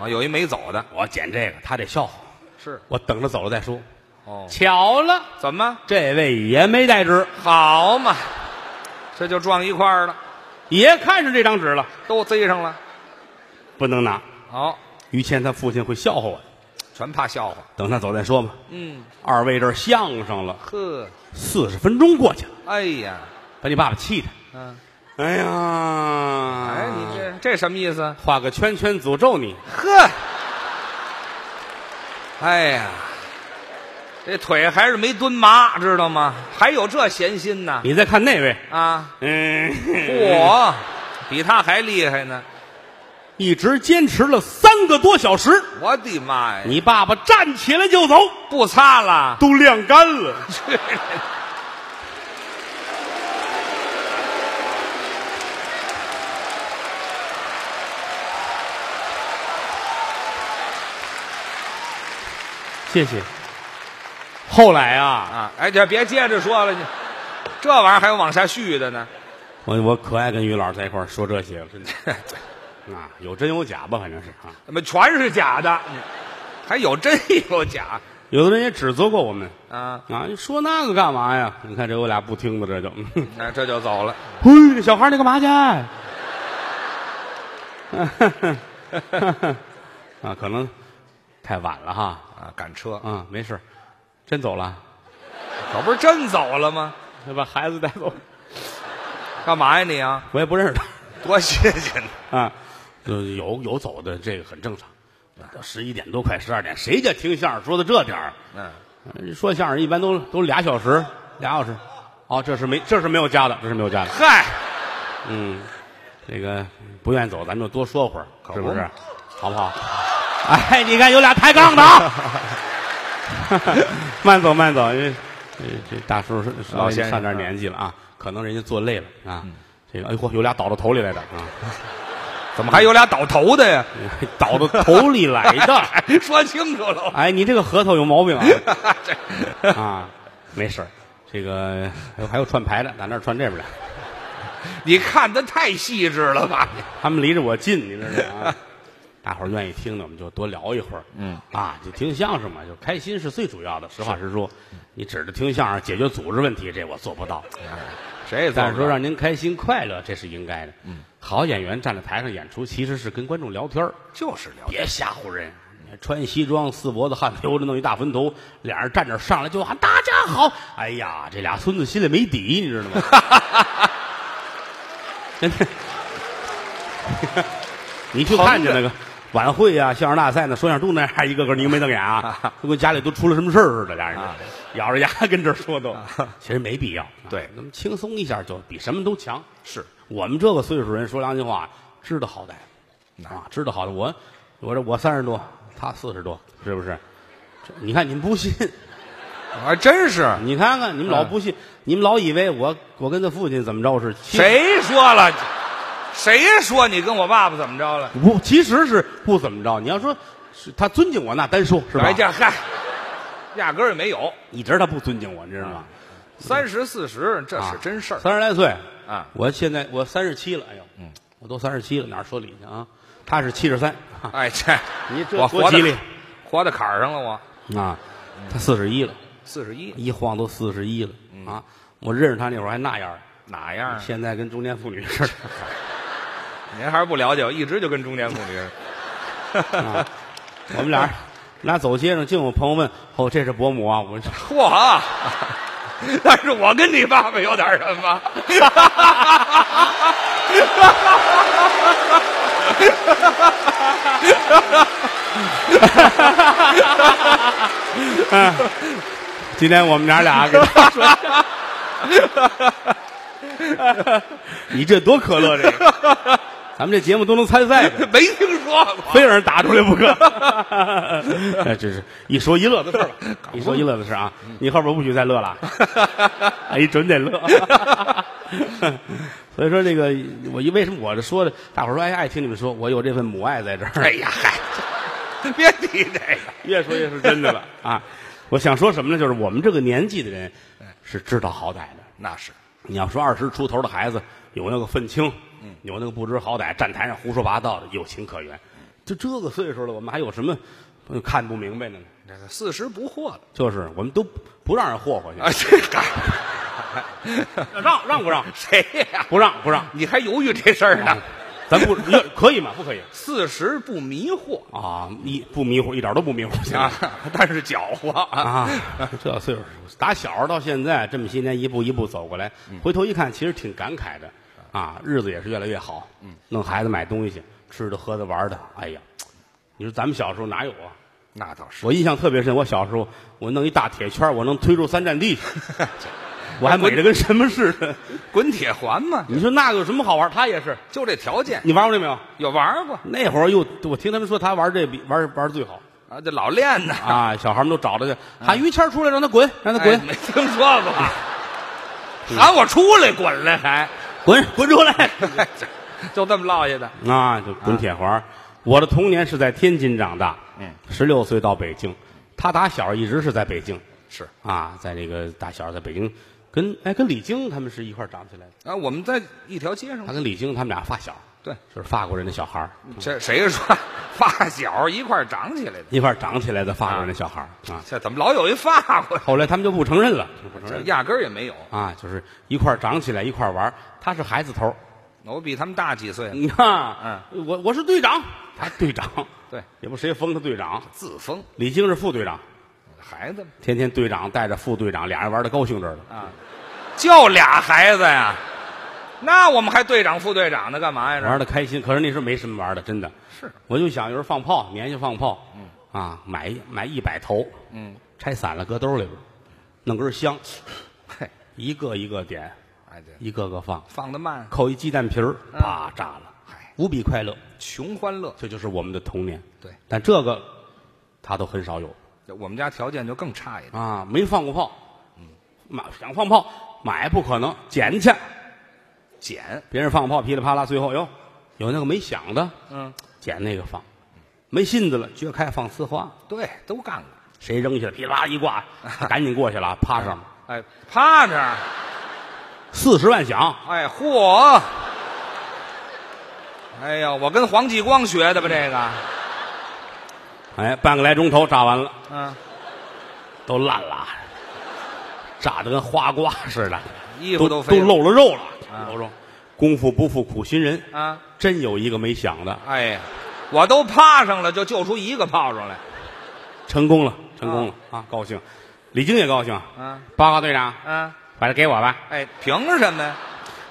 啊，有一没走的，
我捡这个，他得笑话。
是
我等着走了再说。
哦，
巧了，
怎么
这位也没带纸，
好嘛？这就撞一块儿了，
也看上这张纸了，
都贼上了。
不能拿。
哦，
于谦他父亲会笑话我，
全怕笑话。
等他走再说吧。
嗯，
二位这儿相声了，
呵，
四十分钟过去了，
哎呀，
把你爸爸气的。
嗯，
哎呀，
哎，你这啊这什么意思？
画个圈圈诅咒你，
呵，哎呀，这腿还是没蹲麻，知道吗？还有这闲心呢？
你再看那位，
啊，
嗯，
我比他还厉害呢！
一直坚持了三个多小时，
我的妈呀，
你爸爸站起来就走，
不擦了。
都晾干了。 谢谢。后来啊，
啊，哎，这别接着说了，你这玩意儿还有往下续的呢。
我我可爱跟于老师在一块儿说这些了，真 的。啊，有真有假吧，反正是啊。
怎么全是假的？嗯还有真有假
有的人也指责过我们
啊？
啊，你说那个干嘛呀？你看这有俩不听的，这就。嗯
那这就走了。
嘿，这小孩儿你干嘛 去？啊，可能太晚了哈。
啊，赶车，
啊，没事儿，真走了，
可不是真走了吗？
要把孩子带走，
干嘛呀你啊？
我也不认识
多谢谢你！
他啊。呃有有走的，这个很正常。十一点多，快十二点，谁家听相声说到这点儿？
嗯，
呃说相声一般都都俩小时，俩小时。哦，这是没这是没有加的，这是没有加的。
嗨，
嗯，这个不愿意走，咱们就多说会儿，
可
是
不
不是？好不好？哎，你看有俩抬杠的啊！ 慢走，慢走，因为这这大叔是
老
老
先生嗯
上点年纪了啊，可能人家坐累了啊。这个哎嚯，有俩倒到头里来的啊，
怎么还有俩倒头的呀？
倒到头里来的。
说清楚了，
哎，你这个核桃有毛病啊！ 啊，没事儿，这个还有还有串牌的，打那儿串这边的，
你看的太细致了吧？
他们离着我近，你知道 吗？啊大伙儿愿意听的，我们就多聊一会儿。嗯，啊，就听相声嘛，就开心是最主要的。实话实说，你指着听相声解决组织问题，这我做不到。
谁也
但
在
是说让您开心快乐，这是应该的。嗯，好演员站在台上演出，其实是跟观众聊天儿
就是聊
别吓唬人。穿西装、四脖子汗流着，弄一大坟头，俩人站着上来就喊“大家好”。哎呀，这俩孙子心里没底，你知道吗？ 真的， 你去看去那个晚会啊、相声大赛呢，说相声都那样，一个个拧眉瞪眼 啊，都跟家里都出了什么事儿似的，俩人
啊
咬着牙跟这儿说都，其实没必要。
对
那么轻松一下就比什么都强。
是
我们这个岁数人说良心话，知道好歹，啊，知道好歹。我我这我三十多，他四十多，是不是？这你看你们不信，
还啊真是。
你看看，你们老
嗯
不信，你们老以为我我跟他父亲怎么着是亲
谁说了？谁说你跟我爸爸怎么着了？
不，其实是不怎么着。你要说是他尊敬我，那单说是吧
来？这哎嗨，压根儿也没有。
一直他不尊敬我，你知道吗？
三十四十，这嗯是真事儿。
三十来岁
啊
我现在我三十七了，哎呦，嗯，我都三十七了，哪儿说理去啊？他是七十三，啊
哎，这
你这
我
多
活
吉
的
利
活到坎儿上了，我
啊！他四十一了，
四十一，
一晃都四十一了啊！我认识他那会儿还那样儿，
哪样儿？
现在跟中年妇女似
您还是不了解，我一直就跟中年妇女似的。
的。啊、我们俩儿，俩走街上，净有朋友问：“哦，这是伯母啊！”我说
嚯！ 但是我跟你爸爸有点什么？
今天我们娘俩给他说，你这多可乐这个，咱们这节目都能参赛的，
没听说过。
非让人打出来不可。 哎，这是一说一乐的事 儿了，一说一乐的事儿啊，你后边不许再乐 了，哎，准得 乐。所以说这个，我一为什么我这说的，大伙儿说哎爱听你们说，我有这份母爱在这儿，
哎呀，嗨， 别提这个。
越说越是真的 了啊！我想说什么呢？就是我们这个年纪的人是知道好歹的，
那是，
你要说二十出头的孩子，有那个愤青，有那个不知好歹，站台上胡说八道的，有情可原。就这个岁数了，我们还有什么呃看不明白的呢？
这个四十不惑了。
就是我们都不不让人霍霍去，
啊，这干
让让不让？
谁呀、
不让不让，
你还犹豫这事儿呢？
咱不要可以吗？不可以
四十不迷惑
啊！一不迷糊，一点都不迷糊。现在
啊，但是搅和
啊，
啊，
这岁数打小到现在这么些年，一步一步走过来，
嗯
回头一看，其实挺感慨的啊，日子也是越来越好。嗯，弄孩子买东西，吃的、喝的、玩的，哎呀，你说咱们小时候哪有啊？
那倒是。
我印象特别深，我小时候我弄一大铁圈，我能推出三站 地去，我还美的跟什么似的。
滚铁环嘛，
你说那个有什么好玩？他也是，
就这条件，
你玩过这没有？
有玩过
那会儿又我听他们说他玩这比玩玩最 好
啊，这老练呢。
啊，小孩们都找他去喊于谦出来，让他滚，让他
嗯哎
滚，
没听说过，喊我出来滚来还，
哎滚滚出 来。
哎这就这么落下的。
啊，就滚铁环儿。我的童年是在天津长大，
嗯，
十六岁到北京。他打小一直是在北京
是
啊，在这个打小在北京，跟哎跟李菁他们是一块儿长起来的。
啊，我们在一条街上
他，跟李菁他们俩发小，
啊对，
就是法国人的小孩儿
这嗯谁说发小一块儿长起来的？
一块儿长起来的法国人的小孩儿啊。
这怎么老有一发过来？
后来他们就不承认了，就不承
这
认了
压根儿也没有。
啊，就是一块儿长起来一块儿玩儿。他是孩子头儿，
我比他们大几岁，
你看，嗯，我我是队长，他队长，
对，
也不谁封他队长，
自封
李菁是副队长，
孩子嘛
天天队长带着副队长，俩人玩的高兴着呢。
啊，就俩孩子呀，那我们还队长副队长呢，干嘛呀？这
玩的开心。可是那时候没什么玩的，真的。
是，
我就想有时候放炮，年下放炮，嗯，啊，买一买一百头，嗯，拆散了搁兜里边，弄根香，
嘿，
一个一个点，
哎对，
一个个放，
放的慢，
扣一鸡蛋皮儿，啪炸了
嗨，
无比快乐。
穷欢乐。
这就是我们的童年。
对，
但这个他都很少有
我们家条件就更差一点，
啊，没放过炮，嗯，买想放炮买不可能，捡去。
捡
别人放炮噼里啪啦，最后哟，有那个没响的，
嗯，
捡那个放，没信子了，撅开放呲花，
对都干过。
谁扔下来噼里啪啦一挂，赶紧过去了，啊趴上了，
哎，趴那儿，
四十万响，
哎嚯！哎呀，我跟黄继光学的吧，这个，
哎，半个来钟头炸完了，
嗯，
都烂了，炸的跟花瓜似的，
衣服
都
飞了
露了肉了，露肉。功夫不负苦心人，
啊！
真有一个没响的，
哎呀，我都趴上了，就救出一个炮仗来，
成功了，成功了啊！高兴，李菁也高兴。
嗯
报告队长，
啊！
把它给我吧。
哎，凭什么呀？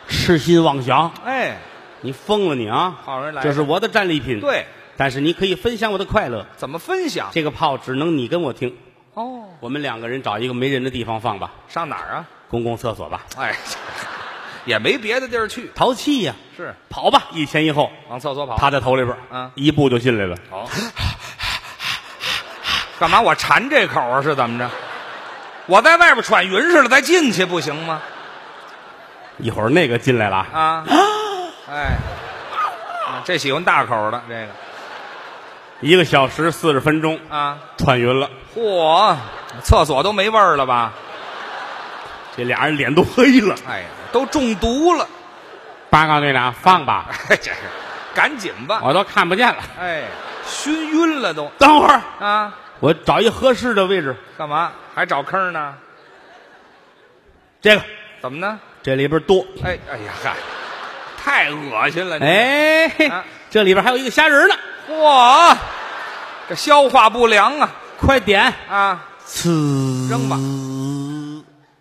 痴心妄想，
哎，
你疯了你啊！
好人来了
这是我的战利品。，
对，
但是你可以分享我的快乐。
怎么分享？
这个炮只能你跟我听，
哦，
我们两个人找一个没人的地方放吧，
上哪儿啊？
公共厕所吧。
哎，也没别的地儿去，
淘气呀、
是
跑吧，一前一后，
往厕所跑。
趴在头里边，
嗯
一步就进来了。
好，干嘛我馋这口啊？是怎么着？我在外边喘匀似的，再进去不行吗？
一会儿那个进来了啊，
啊，哎，啊这喜欢大口的这个
一个小时四十分钟，
啊，
喘匀了，
嚯，厕所都没味儿了吧？
这俩人脸都黑了。
哎呀，都中毒了，
报告队长，放吧，
哎，这是，赶紧吧，
我都看不见了。
哎，熏晕了都
等会儿，
啊，
我找一合适的位置。
干嘛还找坑呢？
这个，
怎么呢？
这里边多。
哎，哎呀嗨，太恶心了！你，
哎，
啊
这里边还有一个虾仁呢，
嚯，这消化不良啊
快点，
啊！
呲，
扔吧。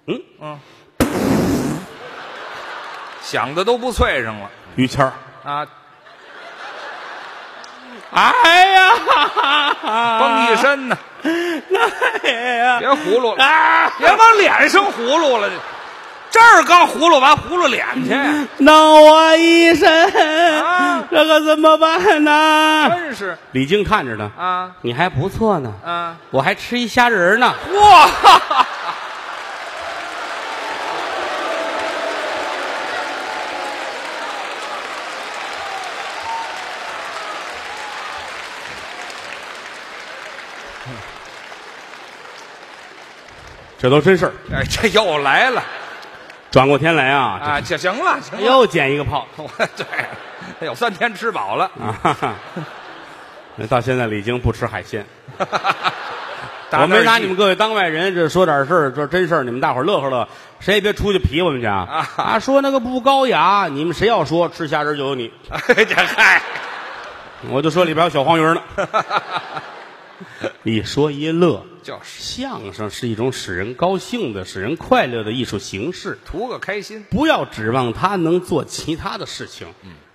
嗯，
嗯，想的都不脆上了
于谦儿
啊！
哎呀，哈哈哈
崩一，身呢，
哎呀，
别葫芦了，
啊
别往脸上葫芦了，这儿刚葫芦完，葫芦脸
哎
去，
弄我一身，
啊
这可怎么办呢？
真是
李靖看着呢，
啊
你还不错呢，
啊！
我还吃一虾仁儿呢。
哇！哈哈
这都真事儿。
哎，这又来了
转过天来啊，
啊！行行了，行
这
了，
又捡一个炮
我 对，哎呦，三天吃饱了，
啊！哈哈那到现在李靖不吃海鲜，
打
我没
那儿
拿
一
你 们各位当外人，这说点事儿，这真事儿，你们大伙儿乐呵乐，谁也别出去皮我们去啊！
啊
啊，说那个不高雅，你们谁要说吃虾仁就有你，
哎，这嗨，
我就说里边有小黄鱼 呢。一说一乐，
就是
相声是一种使人高兴的、使人快乐的艺术形式，
图个开心，
不要指望它能做其他的事情。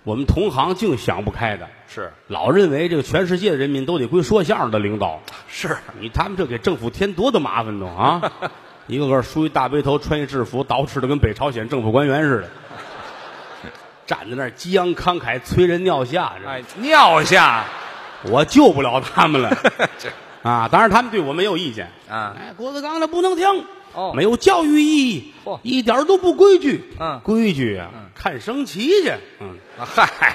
我们同行净想不开的，
是
老认为这个全世界的人民都得归说相声的领导，
是，
你他们这给政府添多大麻烦都啊！一个个梳一大背头，穿一制服，捯饬的跟北朝鲜政府官员似的，站在那儿激昂慷慨，催人尿下。这
哎，尿下，
我救不了他们了
这
啊！当然，他们对我没有意见
啊
哎，郭德纲他不能听，
哦
没有教育意义，
嚯
一点儿都不规矩。
嗯
规矩啊，看升旗去。嗯，
啊嗨，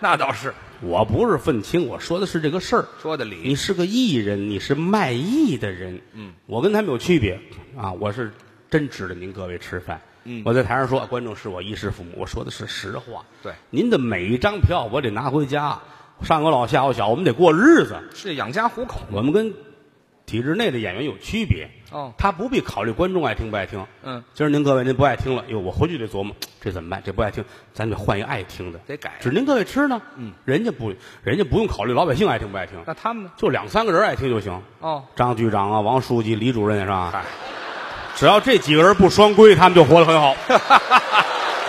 那倒是
我不是愤青，我说的是这个事儿。
说的
你
理，
是个艺人，你是卖艺的人。嗯，我跟他们有区别啊，我是真指着您各位吃饭。
嗯
我在台上说，观众是我衣食父母，我说的是实话。
对
您的每一张票我得拿回家，上有老下有小，我们得过日子。
是养家糊口，
我们跟体制内的演员有区别。
哦
他不必考虑观众爱听不爱听。
嗯，
今儿您各位您不爱听了，哟，我回去得琢磨这怎么办？这不爱听，咱得换一个爱听的，
得改
指您各位吃呢。嗯，人家不，人家不用考虑老百姓爱听不爱听，
那他们呢？
就两三个人爱听就行。
哦，
张局长啊，王书记、李主任是吧？
嗨，
只要这几个人不双规，他们就活得 很好。嗯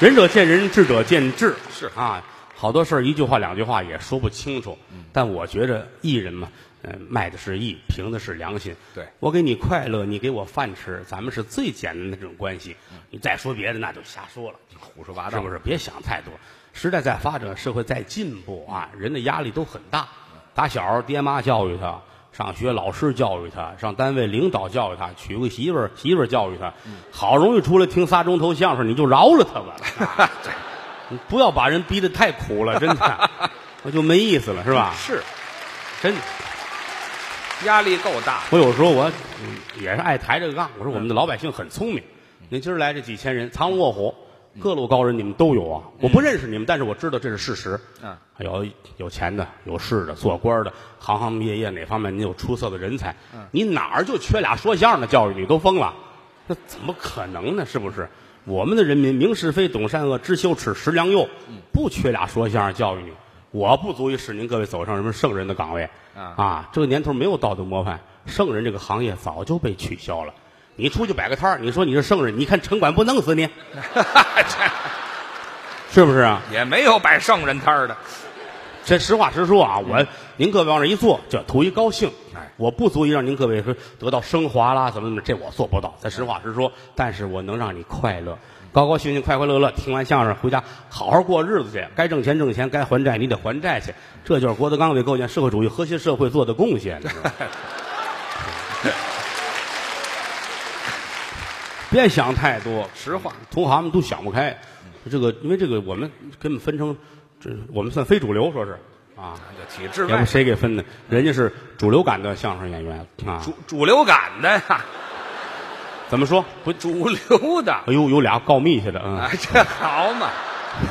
仁者见仁，智者见智，
是
啊，好多事儿一句话两句话也说不清楚。
嗯
但我觉着艺人嘛，嗯、卖的是艺，凭的是良心。
对
我给你快乐，你给我饭吃，咱们是最简单的这种关系。你再说别的，那就瞎说了。
嗯胡说八
是
道
不，是？别想太多。时代在发展，社会在进步啊，人的压力都很大。
嗯
打小爹妈教育他，上学老师教育他，上单位领导教育他，娶个媳妇
嗯
儿媳妇儿教育他，好容易出来听仨钟头相声，你就饶了他 吧。你不要把人逼得太苦了，真的，那就没意思了，是吧？
是
真的，
压力够大，
我有时候我嗯也是爱抬这个杠，我说我们的老百姓很聪明。您今儿来这几千人，藏龙卧虎，各路高人你们都有啊。我不认识你们，但是我知道这是事实。
嗯，
有有钱的，有势的，做官的，行行业业哪方面您有出色的人才。嗯，你哪儿就缺俩说相声的教育，你都疯了，那怎么可能呢？是不是？我们的人民明是非，懂善恶，知羞耻，识良莠，不缺俩说相声教育你。我不足以使您各位走上什么圣人的岗位
啊
啊！这个年头没有道德模范，圣人这个行业早就被取消了。你出去摆个摊儿，你说你是圣人，你看城管不弄死你，是不是啊？
也没有摆圣人摊儿的，
这实话实说啊，我您各位往这一坐，就图一高兴。
嗯哎
我不足以让您各位说得到升华啦，怎么怎么，这我做不到。咱实话实说，但是我能让你快乐。高高兴兴、快快乐乐，听完相声回家好好过日子去。该挣钱挣钱，该还债你得还债去。这就是郭德纲为构建社会主义和谐社会做的贡 献。你知道吗别想太多，
实话，
同行们都想不开。这个，因为这个，我们给我们分成，这我们算非主流，说是啊，
这体制
要
外
不谁给分的？人家是主流感的相声演员啊
主。主流感的呀，
怎么说？
不主流 的，
哎呦，有俩告密去的，嗯。
啊，这好嘛，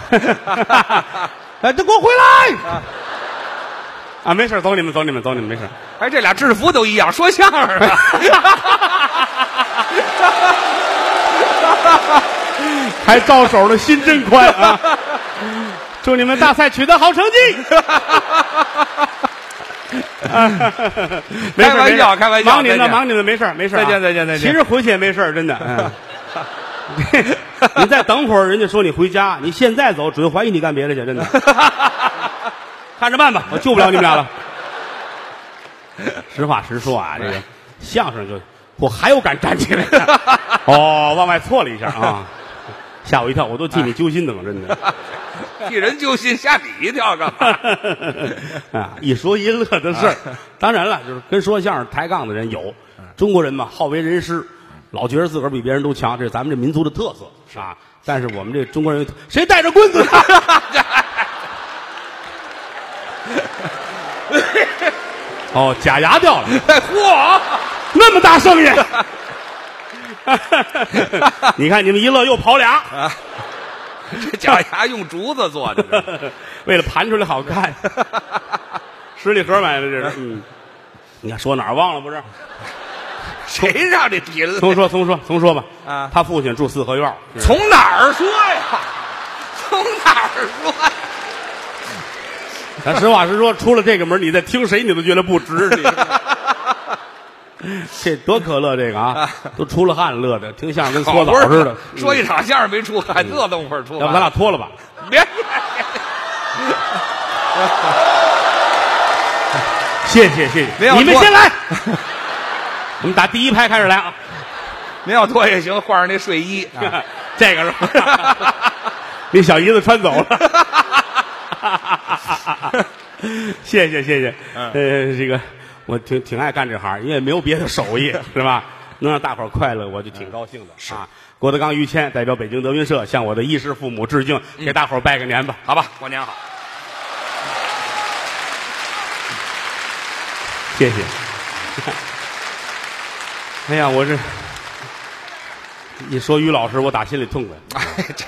哎，都给我回来！啊，没事，走你们，走你们，走你们，没 事。
哎，这俩制服都一样，说相声啊的，
还招手了，心真宽啊！ 祝你们大赛取得好成 绩！没事
开玩笑开玩笑
忙你们
再
的，
见
忙你们，没事儿没事儿啊。
再见再见再见
其实回去也没事儿真的。嗯 你再等会儿，人家说你回家，你现在走，准怀疑你干别的去，真的。看着办吧，我救不了你们俩了。实话实说啊，这个相声就我还有敢站起来的，哦，往外错了一下啊，吓我一跳，我都替你揪心的嘛，真的。
替人揪心，吓你一跳干嘛？
啊，一说一乐的事儿。当然了，就是跟说相声抬杠的人有，中国人嘛，好为人师，老觉得自个儿比别人都强，这是咱们这民族的特色啊。但是我们这中国人，谁带着棍子？ 哦，假牙掉了，
哎嚯，
那么大声音！ 你看你们一乐又跑俩，
这假牙用竹子做的，这
为了盘出来好 看，十里河买的这是。嗯，你看说哪儿忘了不是？
谁让你贫了？
从说从说从说吧。
啊
他父亲住四合院儿，
从哪儿说呀？从哪儿说呀？
咱实话实说，出了这个门，你再听谁你都觉得不 值。你这多可乐，这个啊，都出了汗乐的，听相声跟搓澡似的。
啊说一
嗯，
场相声没出汗，这等会儿出汗。
要不咱俩脱了吧？
别
谢谢谢谢，
没有
你们
脱
先 来，我们打第一排开始来啊。
您要脱也行，换上那睡衣。啊
这个是吧？ 那小姨子穿走了。 谢谢谢谢，呃，这个我挺挺爱干这行，因为没有别的手艺，是吧？能让大伙儿快乐，我就挺高兴的。是啊，郭德纲、于谦代表北京德云社向我的衣食父母致敬，给大伙儿拜个年吧。
好吧，过年好。
谢 谢。哎呀，我这一说于老师，我打心里痛快。
哎，这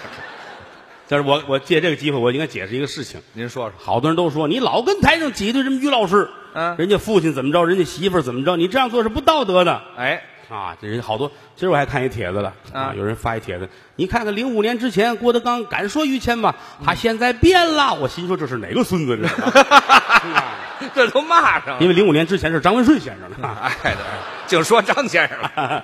但是我我借这个机会，我应该解释一个事情。
您说说，
好多人都说你老跟台上挤兑什么于老师，
嗯
人家父亲怎么着，人家媳妇儿怎么着，你这样做是不道德的
哎，
啊！这人好多，今儿我还看一帖子了
啊
有人发一帖子，你看看零五年之前郭德纲敢说于谦吗？他现在变了，我心说这是哪个孙 子这是？啊
这都骂上了。
因为零五年之前是张文顺先生的。
哎，对就说张先生了。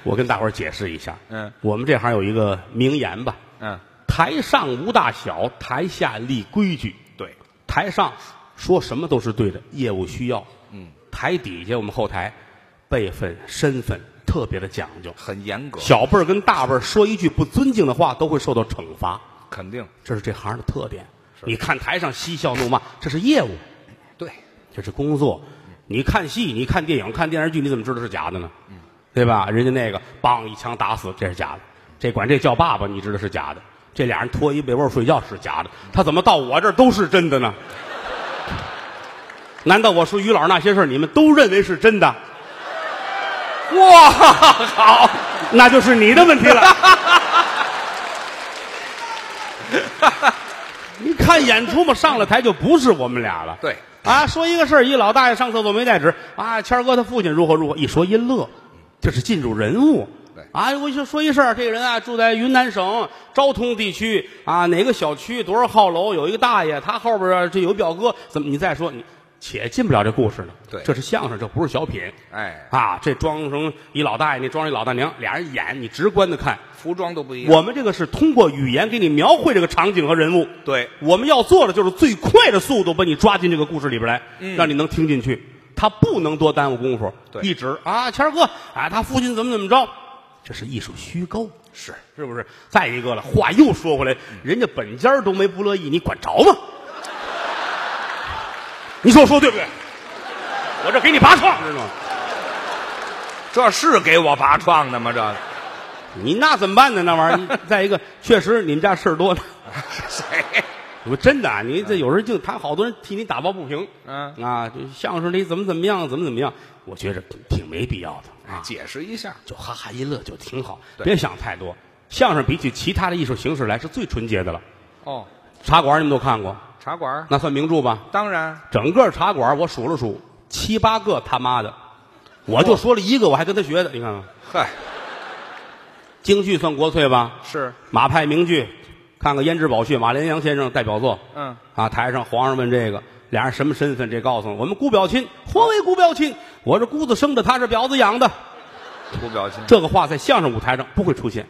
我跟大伙儿解释一下，
嗯，
我们这行有一个名言吧，
嗯，
台上无大小，台下立规矩。
对，
台上说什么都是对的，业务需要。嗯，台底下我们后台辈分、身份特别的讲究，
很严格，
小辈儿跟大辈儿说一句不尊敬的话都会受到惩罚，
肯定
这是这行的特点。你看台上嬉笑怒骂，这是业务，
对。
这是工作。你看戏，你看电影，看电视剧，你怎么知道是假的呢？对吧？人家那个梆一枪打死，这是假的。这管这叫爸爸，你知道是假的。这俩人脱一被窝睡觉是假的，他怎么到我这儿都是真的呢？难道我说于老师那些事儿你们都认为是真的？
哇，好，
那就是你的问题了。 你看演出嘛，上了台就不是我们俩了。
对
啊，说一个事儿，一老大爷上厕所没带纸啊，谦儿哥他父亲如何如何，一说一乐，这是进入人物。
对
啊，我就说一事儿，这个人啊住在云南省昭通地区啊，哪个小区多少号楼有一个大爷，他后边啊这有表哥，怎么你再说你，且进不了这故事呢。
对
这是相声，这不是小品。
哎，
啊，这装成一老大爷，那装一老大娘，俩人演，你直观的看。
服装都不一样。
我们这个是通过语言给你描绘这个场景和人物。
对
我们要做的就是最快的速度把你抓进这个故事里边来，让你能听进去。他不能多耽误功夫。
嗯对
哎一直啊，谦儿哥啊，他父亲怎么怎么着，这是艺术虚构，
是嗯
是不是？再一个了，话又说回来，人家本家儿都没不乐意，你管着吗？ 你说我说对不对？我这给你拔创，知道吗？
这是给我拔创的吗？这
你那怎么办呢？那玩意儿，你 再一个，确实你们家事儿多呢。
谁？
我真的啊，你这有时候就他好多人替你打抱不平，
嗯
啊，就相声里怎么怎么样，怎么怎么样，我觉着挺没必要的啊，
解释一下，
就哈哈一乐就挺好，
对
别想太多。相声比起其他的艺术形式来是最纯洁的了。
哦，
茶馆你们都看过，
茶馆儿
那算名著吧？
当然
整个茶馆我数了数，七八个他妈的，我就说了一个，我还跟他学的，你看看，
嗨
京剧算国粹吧？
是
马派名剧，看看《胭脂宝絮》，马连良先生代表作。
嗯
啊，台上皇上问这个俩人什么身份，这告诉我，我们姑表亲，或为姑表亲，我是姑子生的，他是婊子养的。
不表情，
这个话在相声舞台上不会出现，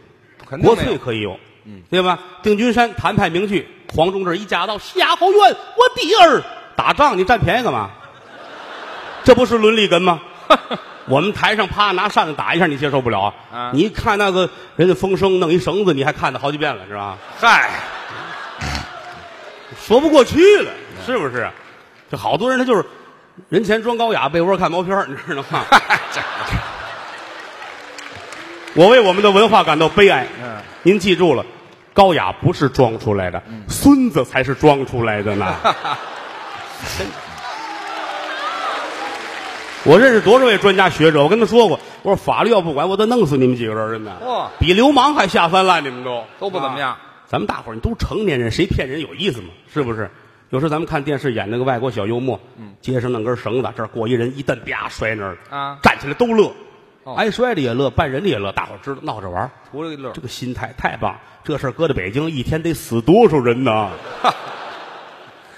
肯
国
定啊没
粹
有。
可以有，嗯，对吧？定军山谭派名剧，黄忠志一驾到，夏侯渊，我弟儿打仗，你占便宜干嘛？这不是伦理根吗？我们台上啪拿扇子打一下，你接受不了
啊
你一看那个人家风声弄一绳子，你还看了好几遍了，是吧？
嗨，
说不过去了，
嗯
是不是？这好多人他就是人前装高雅，被窝看毛片儿你知道吗？
这
我为我们的文化感到悲哀。
嗯，
您记住了，高雅不是装出来的，孙子才是装出来的 呢。真的我认识多少位专家学者，我跟他说过，我说法律要不管，我得弄死你们几个人，真的。
哇
比流氓还下三滥，你们都
都不怎么样
啊咱们大伙儿你都成年人，谁骗人有意思吗？是不是？有时候咱们看电视演那个外国小幽默，嗯，街上弄根绳子，这儿过一人一蹬，啪摔那儿了
啊
站起来都乐，
哦
挨摔的也乐，绊人的也乐，大伙儿知道闹着玩儿
图了一乐
这，个心态太棒！这事儿搁在北京，一天得死多少人 呢？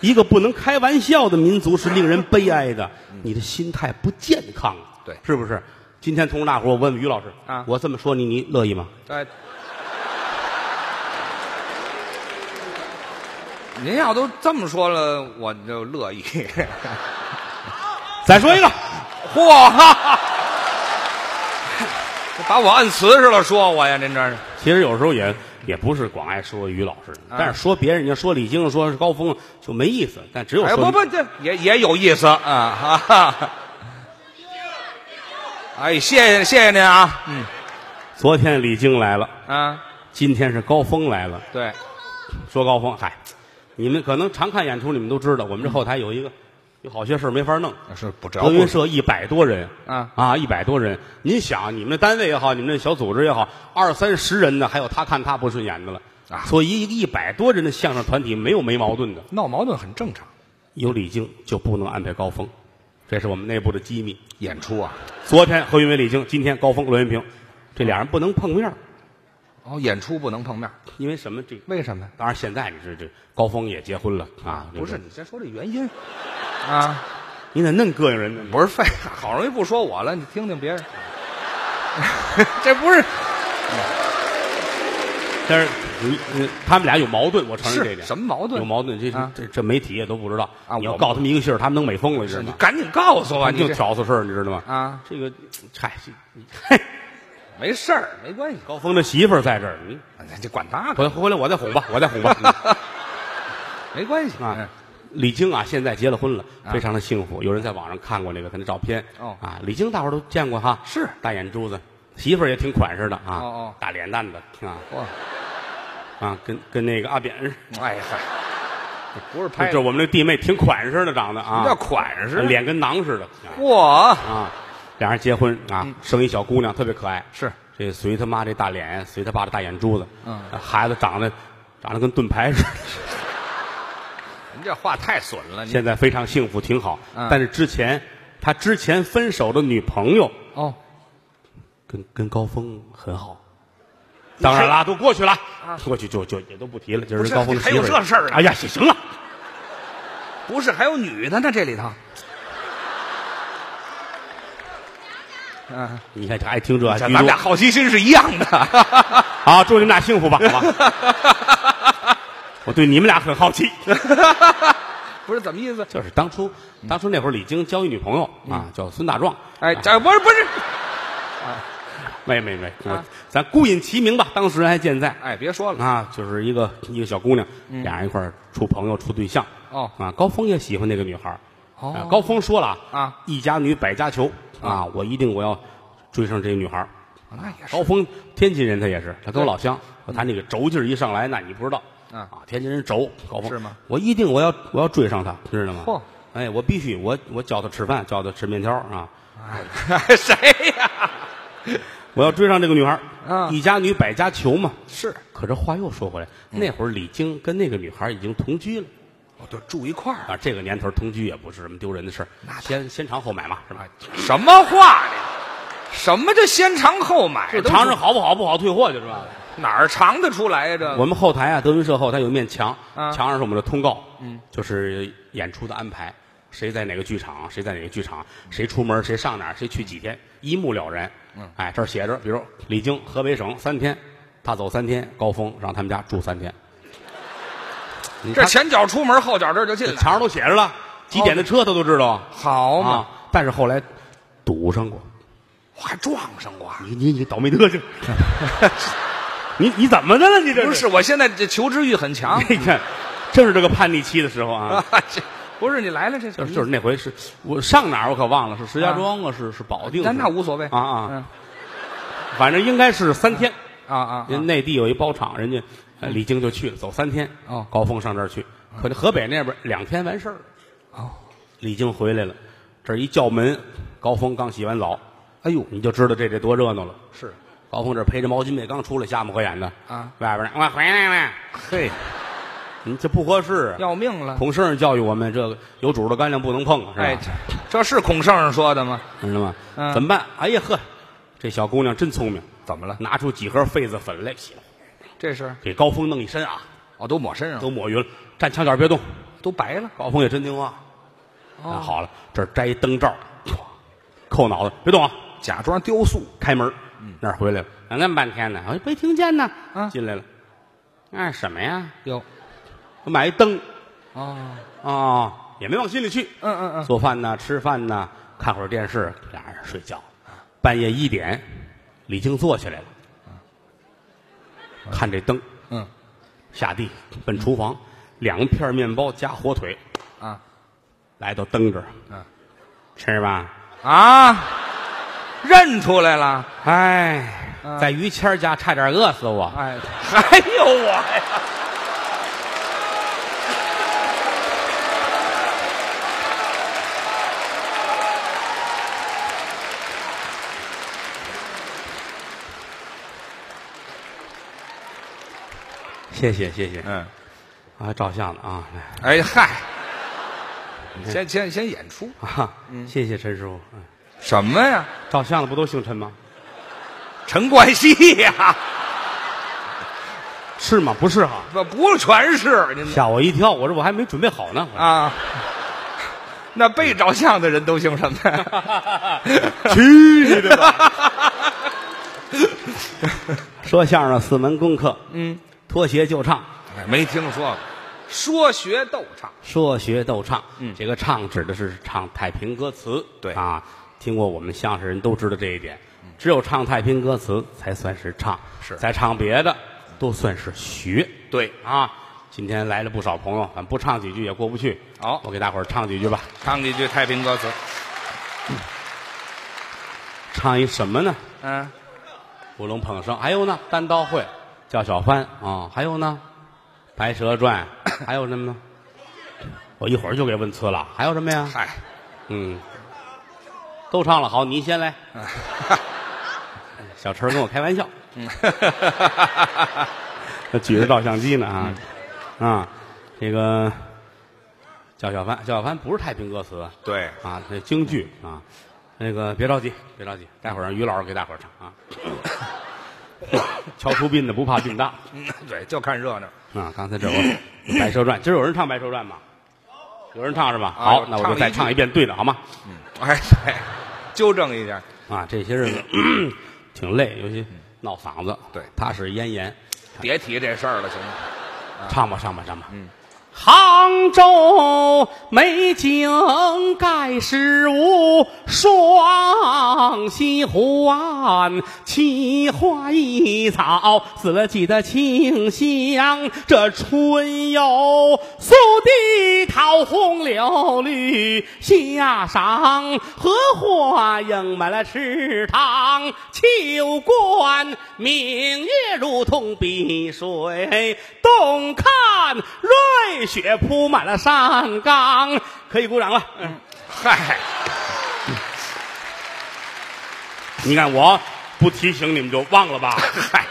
一个不能开玩笑的民族是令人悲哀的。你的心态不健康，
嗯
啊
对
是不是？今天同着大伙儿，我问问于老师
啊
我这么说你，你乐意吗？
哎，您要都这么说了，我就乐意。
再说一个，
嚯， 这把我按瓷实了，说我呀，您这是
其实有时候也也不是光爱说于老师，
啊
但是说别人，你要说李菁，说是高峰，就没意思。但只有
哎，
说
不不，这也也有意思啊哈哈。哎，谢谢谢谢您啊，嗯
昨天李菁来了，
啊，
今天是高峰来了。
对，
说高峰，嗨，你们可能常看演出，你们都知道，我们这后台有一个有好些事儿没法弄。
是不着
德云社一百多人
啊
啊，一百多人，您想，你们的单位也好，你们的小组织也好，二三十人呢，还有他看他不顺眼的了
啊
所以一个一百多人的相声团体没有没矛盾的，
闹矛盾很正常，
有李菁就不能安排高峰，这是我们内部的机密。
演出啊，
昨天何云伟、李菁，今天高峰、罗云平，这俩人不能碰面儿，
哦，演出不能碰面，
因为什么？这
为什么呀？
当然现在你这这高峰也结婚了啊，
不是
这个
你先说这原因啊。
你咋恁膈应人呢？
不是废话，好容易不说我了，你听听别 人，这不是
但是你你他们俩有矛盾，我承认
是
这点。
什么矛盾
有矛盾，这、
啊
这这媒体也都不知道。
啊
你要
我
告他们一个信儿，他们能美疯了，你知道
你
吗？
赶紧告诉我，
他
你
们净
这
挑唆事儿，你知道吗？
啊，
这个，嗨，这嘿，
没事儿，没关系，
高峰的媳妇儿在这儿，嗯，
你就管他，
回回来我再哄吧，我再哄吧。嗯
没关系
啊
嗯，
李菁啊，现在结了婚了，
啊
非常的幸福。有人在网上看过那个他的照片，
哦
啊，李菁大伙儿都见过哈，
是
大眼珠子，媳妇儿也挺款式的啊，
哦哦
大脸蛋子啊
哇，
啊，跟跟那个阿扁似的。
哎呀，不是
就
拍
是我们这弟妹挺款式的，长得啊，
什么叫款式
脸跟囊似的
我
啊。俩人结婚啊，
嗯
生一小姑娘，特别可爱。
是
这随他妈这大脸，随他爸这大眼珠子，
嗯
孩子长得长得跟盾牌似的，
您这话太损了，你
现在非常幸福，挺好。
嗯
但是之前他之前分手的女朋友
哦，
跟跟高峰很好，当然啦，都过去了，过去就就也都不提了。今儿
啊不是
高峰的媳妇
还有这事儿呢啊
哎呀，行行了，
不是还有女的呢，这里头，
啊
嗯，
你看这爱听这，爱
咱
听这
们俩好奇心是一样的，
好，祝你们俩幸福吧，好吧。 我对你们俩很好奇，
不是怎么意思？
就是当初当
嗯
初那会儿，李菁交一女朋友啊，叫孙大壮。
哎，
啊
这不是不是，
没没没，
啊
我咱姑隐其名吧，当时还健在
哎，别说了，
啊，就是一个一个小姑娘，俩人一块儿处朋友处对象
嗯哦
啊，高峰也喜欢那个女孩儿
哦
啊高峰说了
啊，
一家女百家求啊，我一定我要追上这个女孩儿
那也是
高峰天津人，他也是，他跟我老乡，他那个轴劲儿一上来，那你不知道啊
嗯
天津人轴高峰
是吗？
我一定我要我要追上他，知道吗？
嚯
哎，我必须我我教他吃饭，教他吃面条啊，
哎 谁呀？
我要追上这个女孩儿
啊
一家女百家求嘛。
是，
可这话又说回来，那会儿李菁跟那个女孩已经同居了
哦，对，住一块儿
啊，这个年头同居也不是什么丢人的事儿，先先尝后买嘛，是吧
啊？，什么话呀？什么这先尝后买
就
的？
尝尝好不好，不好退货就是吧。
哪儿尝得出来呀？这
我们后台啊，德云社后台有一面墙，
啊
墙上是我们的通告，嗯，就是演出的安排，谁在哪个剧场，谁在哪个剧场，谁出门，谁上哪儿，谁去几天，一目了然。嗯，哎，这儿写着，比如李菁河北省三天，他走三天，高峰让他们家住三 天。你
这
看
前脚出门，后脚这儿就进
这
来。
墙上都写着了，几点
哦
的车他都知道啊
好嘛，
啊。但是后来堵上过，
我还撞上过。啊
你你你倒霉德行，你你怎么的了？你这。
不是，我现在这求知欲很 强
你看，正是这个叛逆期的时候啊
啊。，这不是你来了，这
就
就是
就是那回是我上哪儿我可忘了，是石家庄啊，是是保定，
但
是
那无所谓
啊啊，
嗯
反正应该是三天。
啊啊
人内地有一包场，人家呃李菁就去了，走三天。
哦嗯
高峰上这儿去，可这河北那边两天完事儿。
哦，
李菁回来了，这一叫门，高峰刚洗完澡，
哎呦，
你就知道这得多热闹了。
是
高峰这披着毛巾被刚出来，瞎么合眼的
啊，
外边呢我回来了，
嘿，
你这不合适。啊
要命了！
孔圣人教育我们，这个有主的干粮不能碰，是吧？
哎，这这是孔圣人说的吗？
知道吗？
嗯
怎么办？哎呀呵，这小姑娘真聪明，
怎么了？
拿出几盒痱子粉来，
这是
给高峰弄一身啊，
哦，都抹身上了，
都抹匀了，站墙角别动。
都白了。
高峰也真听话，那好了，这儿摘一灯罩，唰扣脑袋，别动啊，
假装雕塑，
开门。那儿回来了，等那么半天呢，哎，没听见呢，
啊
进来了，哎，什么呀？
哟，
我买一灯
哦，
啊、也没往心里去。
嗯嗯嗯，
做饭呢，吃饭呢，看会儿电视，俩人睡觉。半夜一点，李菁坐起来了，看这灯，
嗯，
下地奔厨房，两片面包加火腿，
啊
来到灯这儿，
嗯，
吃吧。
啊，认出来了，
哎
嗯，
在于谦儿家差点饿死我。
哎，还有我呀，
谢谢谢谢
嗯，
啊，照相的啊，来
哎嗨，先先先演出
啊，谢谢陈师傅。嗯
什么呀？
照相的不都姓陈吗？
陈冠希呀，
是吗？不是哈，
不不全是您
吓我一跳！我说我还没准备好呢。我说
啊，那被照相的人都姓什么呀？
去你的吧！说相声四门功课，
嗯，
脱鞋就唱，
哎没听说过，说学逗唱，
说学逗唱。
嗯
这个唱指的是唱太平歌词。
对嗯
啊，听过我们相声人都知道这一点。只有唱太平歌词才算是唱，
是
再唱别的都算是学
对，
啊。今天来了不少朋友，咱不唱几句也过不去。
好
我给大伙儿唱几句吧。
唱几句太平歌词，
唱一什么呢？
嗯，
五龙捧生，还有呢，单刀会，叫小帆啊、还有呢，白蛇传，还有什么呢？我一会儿就给问次了，还有什么呀？
嗨，
嗯，都唱了，好，你先 来。小陈跟我开玩笑，他举着照相机呢啊
嗯
啊，这个叫小帆，叫小帆不是太平歌词
对，
啊，这京剧啊，那个别着急，别着急，待会儿让于老师给大伙儿唱 啊。瞧出殡的不怕病大
嗯对，就看热闹，
啊！刚才这我《白蛇传》，今儿有人唱《白蛇传》吗？有人唱是吧？
啊
好
有，
那我
唱
就
了
再
一句
唱一遍对的好吗？
嗯，哎，对，纠正一下，
啊，这些日子 挺累，尤其闹嗓子。
嗯对
他是咽炎，
别提这事儿了，行吗？
唱吧，唱吧，唱吧。
啊嗯，
杭州美景盖世无双，西湖岸奇花异草，死了几的清香。这春有苏堤桃红柳绿，夏赏荷花映满了池塘，秋观明月如同碧水，冬看瑞雪铺满了山岗。可以鼓掌了。嗯
嗨，
你看我不提醒你们就忘了 吧？嗨，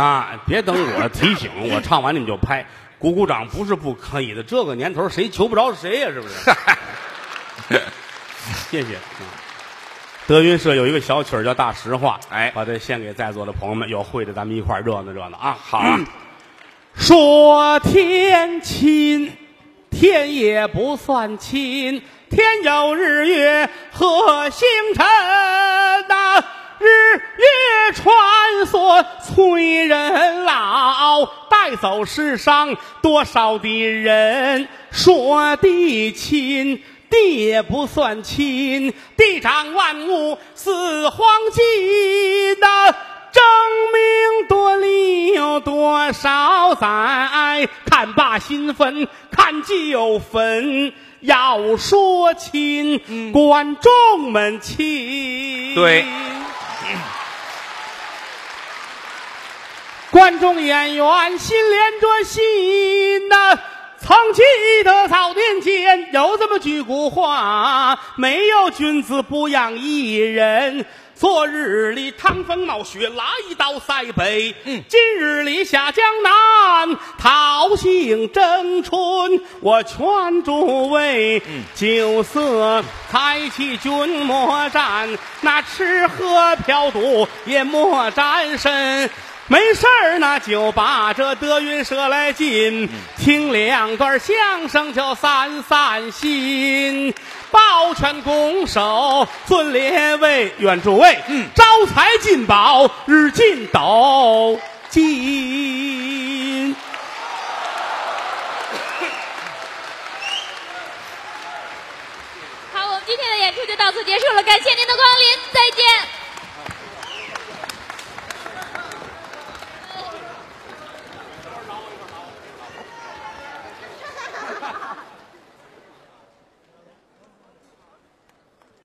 啊，别等我提 醒，我唱完你们就拍。鼓鼓掌不是不可以的，这个年头谁求不着谁呀、是不是？ 谢谢。嗯德云社有一个小曲儿叫《大实话》，
哎
把这献给在座的朋友们，有会的咱们一块儿热闹热闹啊！
好啊，
说天亲，天也不算亲，天有日月和星辰呐、日月穿梭催人老，带走世上多少的人。说地亲。地也不算亲，地长万物似黄金呐、争名夺利有多少载？看罢新坟，看旧坟。要说亲，观众们亲。
对
观众演员心连着心呐、曾记得早年间有这么句古话：没有君子不养艺人。昨日里趟风冒雪来到塞北，今日里下江南桃杏争春。我劝诸位，酒色财气君莫沾，那吃喝嫖赌也莫沾身。没事儿呢，就把这德云社来进，听两段相声就散散心。抱拳拱手，尊列位，愿诸位，嗯，招财进宝，日进斗金。
好，我们今天的演出就到此结束了，感谢您。